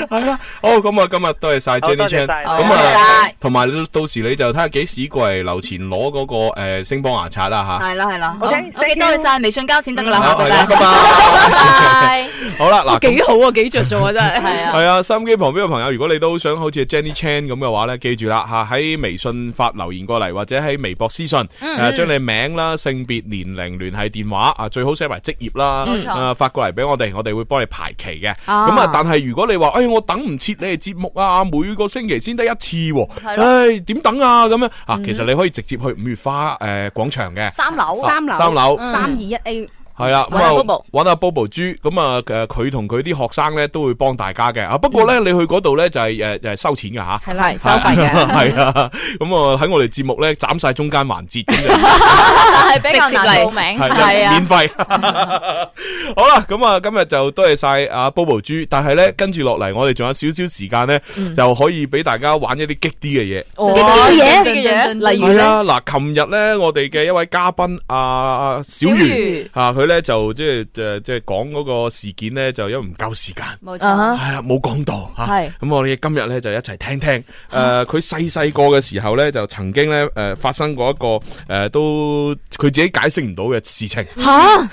系啦，好咁啊，今日多謝晒好 Jenny 多謝 Chan，晒咁多謝啊晒，同埋到到時你就睇下幾時過嚟樓前攞嗰個诶星邦牙刷啦啊吓。係啦係啦 OK， ，OK，多謝晒，微信交錢得噶啦，好拜係啦嗯拜。 好啦，嗱，幾好啊，幾着數啊，真係係啊。系啊，收音機旁邊嘅朋友，如果你都想好似 Jenny Chan 咁嘅話咧，記住啦吓，喺微信發留言過嚟，或者喺微博私信，嗯诶，将你名啦、性別、年齡、聯繫電話啊，最好寫埋職業啦冇，錯啊，發過嚟俾我哋，我哋會幫你排期嘅。咁啊啊，但係如果你話，诶，我等唔切你哋節目啊，每個星期先得一次喎，係咯唉，點等啊？咁樣嗯啊，其實你可以直接去五月花诶廣場嘅三樓啊三樓嗯嗯三二一 A。系啦，咁揾阿啊 Bobo 揾阿 Bobo 豬，咁啊诶佢同佢啲學生咧都會幫大家嘅啊。不過咧，你去嗰度咧就係诶诶收錢噶吓，嗯係啦係收費嘅 系啊。咁啊喺我哋節目咧斬晒中間環節 咁就係比較難報名，係啊啊啊免費。 好啦，咁啊今日就多謝晒阿 Bobo 豬，但係咧跟住落嚟，我哋仲有少少時間咧，嗯就可以俾大家玩一啲激啲嘅嘢。哦激啲嘅嘢例如係咧啊，嗱，琴日咧，我哋嘅一位嘉賓阿小魚魚吓，佢咧就即係诶，即系讲嗰個事件咧，就因為唔夠時間，冇係啊，冇講到吓。係咁我哋今日咧就一齊聽聽诶，佢細細個嘅時候咧，就曾經咧诶發生過一個诶都佢自己解釋唔到嘅事情。 吓，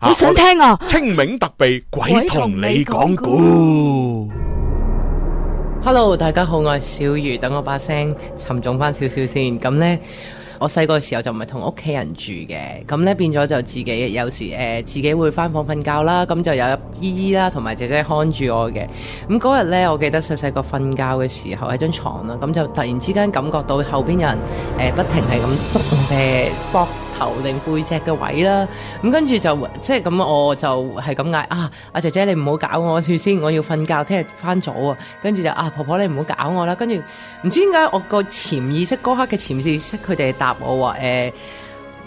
好想聽啊！清明特備鬼同你講故。 Hello，大家好，我係小魚，等我把聲沉重翻少少先。咁呢，我細個嘅時候就唔係同屋企人住嘅，咁呢變咗就自己有時誒、呃自己會翻房瞓覺啦，咁就有姨姨啦同埋姐姐看住我嘅。咁嗰日呢，我記得細細個瞓覺嘅時候喺張床啦，咁就突然之間感覺到後邊有人誒、呃不停係咁捉我嘅膊頭定背脊嘅位啦，咁跟住就即係咁，我就係咁嗌啊，阿姐姐你唔好搞我住先，我要瞓覺，聽日翻早啊。跟住就啊，婆婆你唔好搞我啦。跟住唔知點解我個潛意識嗰刻嘅潛意識，佢哋答我話誒。呃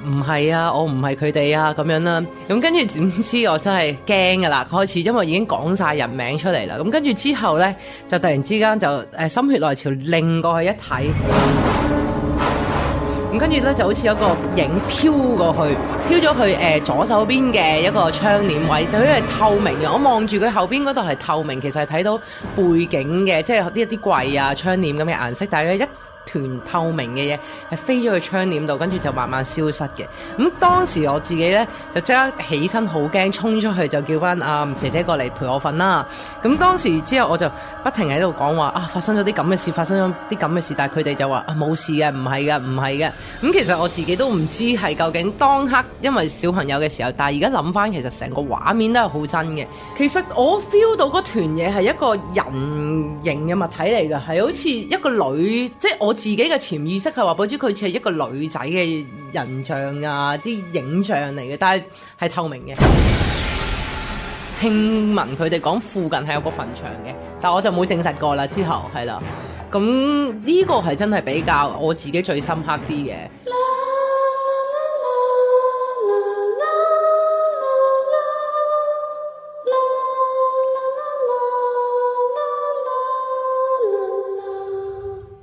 唔係啊，我唔係佢哋啊，咁樣啦。咁跟住點知我真係驚噶啦，開始因為已經講晒人名出嚟啦。咁跟住之後呢，就突然之間就誒、呃心血來潮，擰過去一睇。咁跟住咧就好似有個影飄過去，飄咗去誒、呃左手邊嘅一個窗簾位，佢係透明嘅。我望住佢後邊嗰度係透明，其實係睇到背景嘅，即係呢一啲櫃啊、窗簾咁嘅顏色，但係佢一團透明嘅嘢係飛咗去窗簾度，跟住就慢慢消失嘅。咁當時我自己咧就即刻起身好驚，衝出去就叫翻阿、姐姐過嚟陪我瞓啦。咁當時之後我就不停喺度講話啊，發生咗啲咁嘅事，發生咗啲咁嘅事，但係佢哋就話啊冇事嘅，唔係嘅，唔係嘅。咁其實我自己都唔知係究竟當刻因為小朋友嘅時候，但係而家諗翻其實成個畫面都係好真嘅。其實我 feel 到嗰團嘢係一個人形嘅物體嚟㗎，係好似一個女，即係我自己嘅潛意識係話，寶珠佢似係一個女仔嘅人像啊，啲影像嚟嘅，但係係透明嘅。聽聞佢哋講附近係有個墳場嘅，但我就冇證實過啦。之後係啦，咁呢個係真係比較我自己最深刻啲嘅。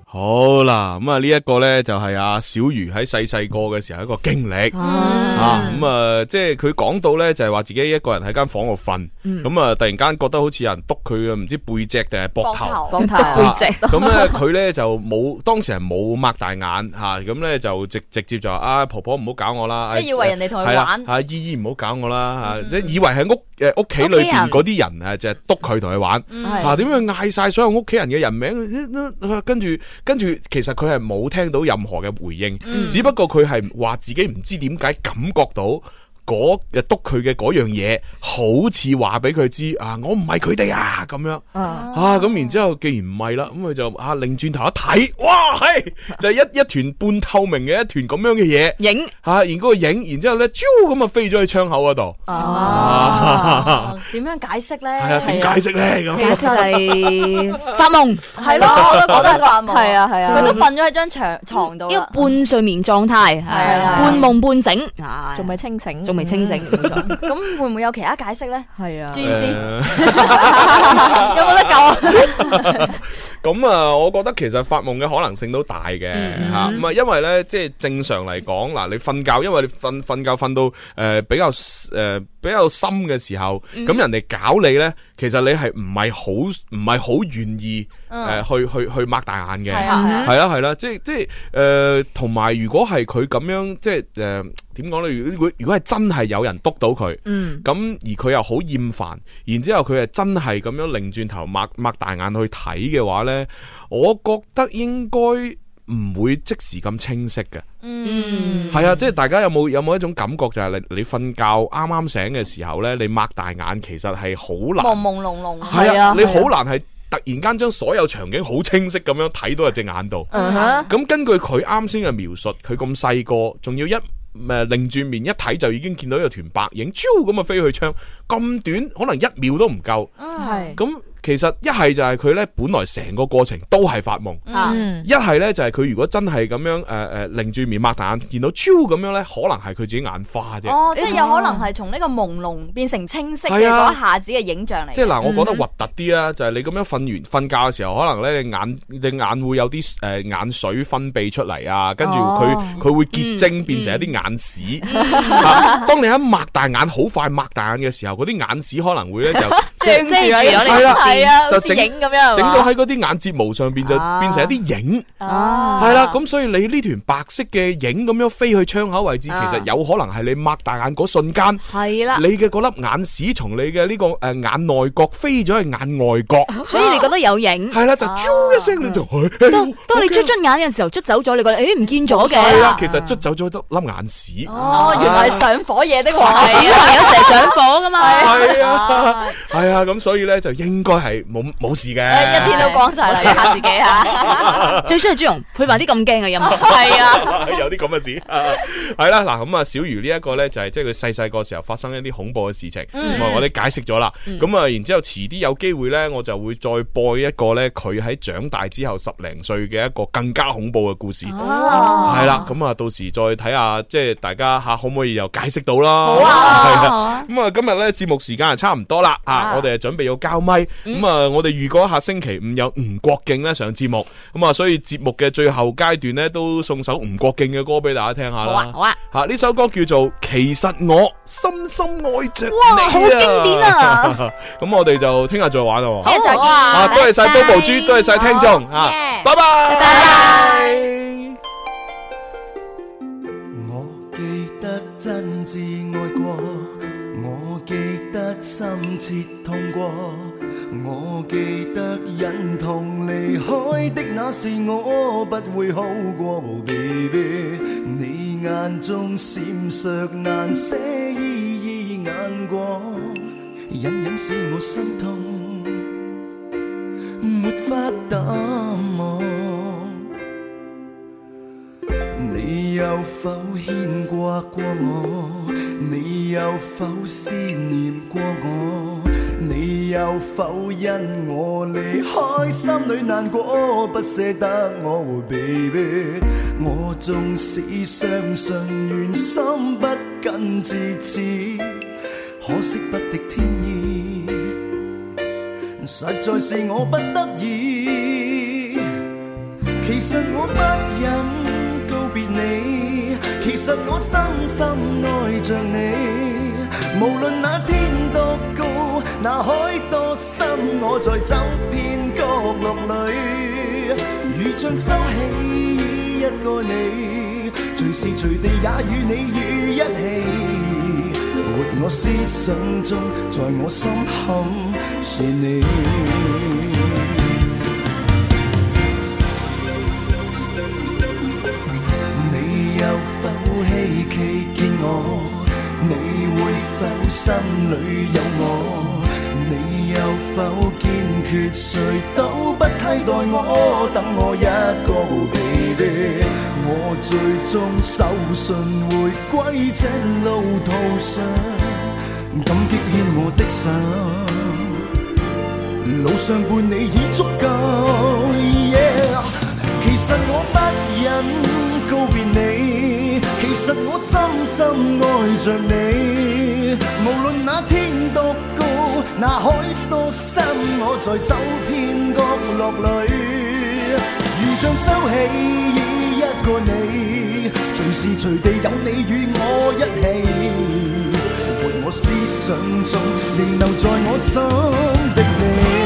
好啦，咁啊呢一個呢，就係阿小瑜喺細細個嘅時候一個經歷啊，咁啊即係佢講到呢，就係話自己一個人喺間房度瞓，嗯咁啊突然間覺得好似有人督佢嘅，唔知背脊定係膊頭，膊頭啊膊 頭背脊咁呢，佢呢就冇當時係冇擘大眼吓，咁呢就直直接就話啊婆婆唔好搞我啦，即係以為人哋同佢係啦玩嗯啊姨姨唔好搞我啦，啊即係以為喺屋誒屋企裏屋企人邊嗰啲人啊就係督佢同佢玩，嗯啊點樣嗌晒所有屋企人嘅人名，啊跟住跟住其實佢係冇聽到任何嘅回應，嗯只不過佢係話自己唔知點解感覺到。嗰誒督佢嘅嗰樣嘢，好似話俾佢知啊，我唔係佢哋啊咁樣啊啊，咁然之後既然唔係啦，咁佢就啊擰轉頭一睇，哇係就係一一團半透明嘅一團咁樣嘅嘢啊影嚇，然嗰個影，然之後咧，啾咁啊飛咗去窗口嗰度。哦，點樣解釋咧？係啊點解釋咧咁其實係發夢，係咯，我都覺得係發夢。係啊係啊佢都瞓咗喺張床床度一啦個。半睡眠狀態，係係啊啊半夢半醒，啊仲未清醒，仲未清醒，冇錯。咁會唔會有其他解釋咧？係啊朱醫師有 有冇得救啊？咁啊，我覺得其實發夢嘅可能性都大嘅嗯吓，咁啊，因為咧，即係正常嚟講，嗱，你瞓覺，因為你瞓瞓覺瞓到诶比較诶比較深嘅時候，嗯咁人哋搞你咧，其實你係唔係好唔係好願意嗯诶去去去擘大眼嘅，係啊係係啊啦係啦，即係即係诶，同埋如果係佢咁樣，即呃係诶點講咧？如果如果係真係有人督到佢，嗯咁而佢又好厭煩，然之後佢係真係咁樣擰轉頭擘擘大眼去睇嘅話呢，我覺得應該唔會即時咁清晰嘅。嗯係啊，即係大家有冇有冇一種感覺就係你你瞓覺啱啱醒嘅時候呢，你擘大眼其實係好朦難，朦朧朧。係啊，你好難係突然間將所有場景好清晰咁樣睇到入隻眼度。嗯哼咁根據佢啱先嘅描述，佢咁細個，仲要一誒擰轉面一睇就已經見到有團白影，超咁啊飛去窗，咁短可能一秒都唔夠。Ờ. 係咁其實一係就係佢呢，本來成個過程都係發夢。嗯一係呢，就係佢如果真係咁樣誒誒擰住面擘大眼見到超咁樣呢，可能係佢自己眼花啫。哦，即係有可能係從呢個朦朧變成清晰嘅係啊嗰一下子嘅影像嚟。即係嗱，我覺得核突啲啊，就係你咁樣瞓完瞓覺嘅時候，可能咧你眼你眼會有啲誒、呃眼水分泌出嚟啊，跟住佢哦佢會結晶變成一啲眼 屎。啊當你一擘大眼，好快擘大眼嘅時候，嗰啲眼屎可能 會咧就遮住咗你係啦係啊就好似整影咁樣係嘛整到喺嗰啲眼睫毛上邊就變成一啲影。啊係啦，咁所以你呢團白色嘅影咁樣飛去窗口位置，其啊實有可能係你擘大眼嗰瞬間，係啦你嘅嗰粒眼屎從你嘅呢個诶眼內角飛咗去眼外角，所以你覺得有影，係啦，就啾一聲你就，哎當當你捽捽眼嘅時候，捽走咗，你覺得誒唔見咗嘅，係啊啦，其實捽走咗得粒眼屎。啊啊哦，原來係上火嘢的話，係啊有成上火噶嘛係啊，係啊，咁所以咧就應該係冇冇事嘅。一天都 光晒啦，嚇自己嚇。最衰係朱紅配埋啲咁驚嘅音樂，係 à. 啊。 有啲咁嘅事，係啦嗱，咁啊，小魚呢一個呢，就係即係佢細細個時候發生一啲恐怖嘅事情，嗯咁啊，我哋解釋咗啦，嗯咁啊，然之後遲啲有機會呢，我就會再播一個呢，佢喺長大之後十零歲嘅一個更加恐怖嘅故事，哦係啦，咁啊，到時再睇下即係大家吓可唔可以又解釋到啦，好啊係好啦，咁啊，今日呢，節目時間係差唔多啦，啊，我哋準備要交咪，嗯咁啊，我哋預告一下星期五有吳國敬呢上節目，咁啊，所以節目嘅最後階段呢，都送首吳國敬嘅歌俾大家聽下好啊啦。好啊，吓呢首歌叫做《其實我深深愛着你》哇好經典 à. 啊！ 咁我哋就聽日再玩咯。聽日再見啊！多謝晒拜 Bobo 豬，多謝晒聽眾啊！拜拜。我記得真摯愛過，我記得深切痛過，我記得忍痛離開的那是我，不會好過，baby。你眼中閃爍難捨依依眼光，隱隱使我心痛，沒法淡忘。你有否牽掛過我？你有否思念過我？你有否因我離開心裏難過，不捨得我，baby？我縱使相信緣心不僅至此，可惜不敵天意，實在是我不得已。其實我不忍告別你，其實我深深愛着你。無論那天多高，那海多深，我在走遍角落裏，如像收起一個你，隨時隨地也與你於一起。活我思想中，在我心坎是你。你有否希冀見我？你會否心裏有我？你有否堅決，誰都不替代我？等我一個 baby，我最終手信回歸這路途上，感激牽我的手。路上伴你已足夠。Yeah，其實我不忍告別你，其實我深深愛着你。無論那天多高，那海多深，我在走遍角落裏，如像收起一個你，隨時隨地有你與我一起。活我思想中，仍留在我心的你。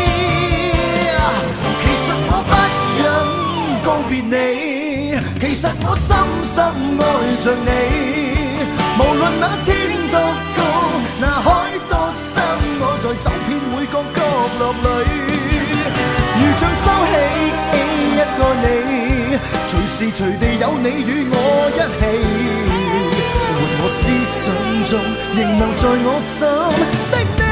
Yeah，其實我不忍告別你，其實我深深愛着你。無論那天多高，那海多深，我在走遍每個角落裏，如像收起一個你，隨時隨地有你與我一起，活我思想中，仍留在我心的你。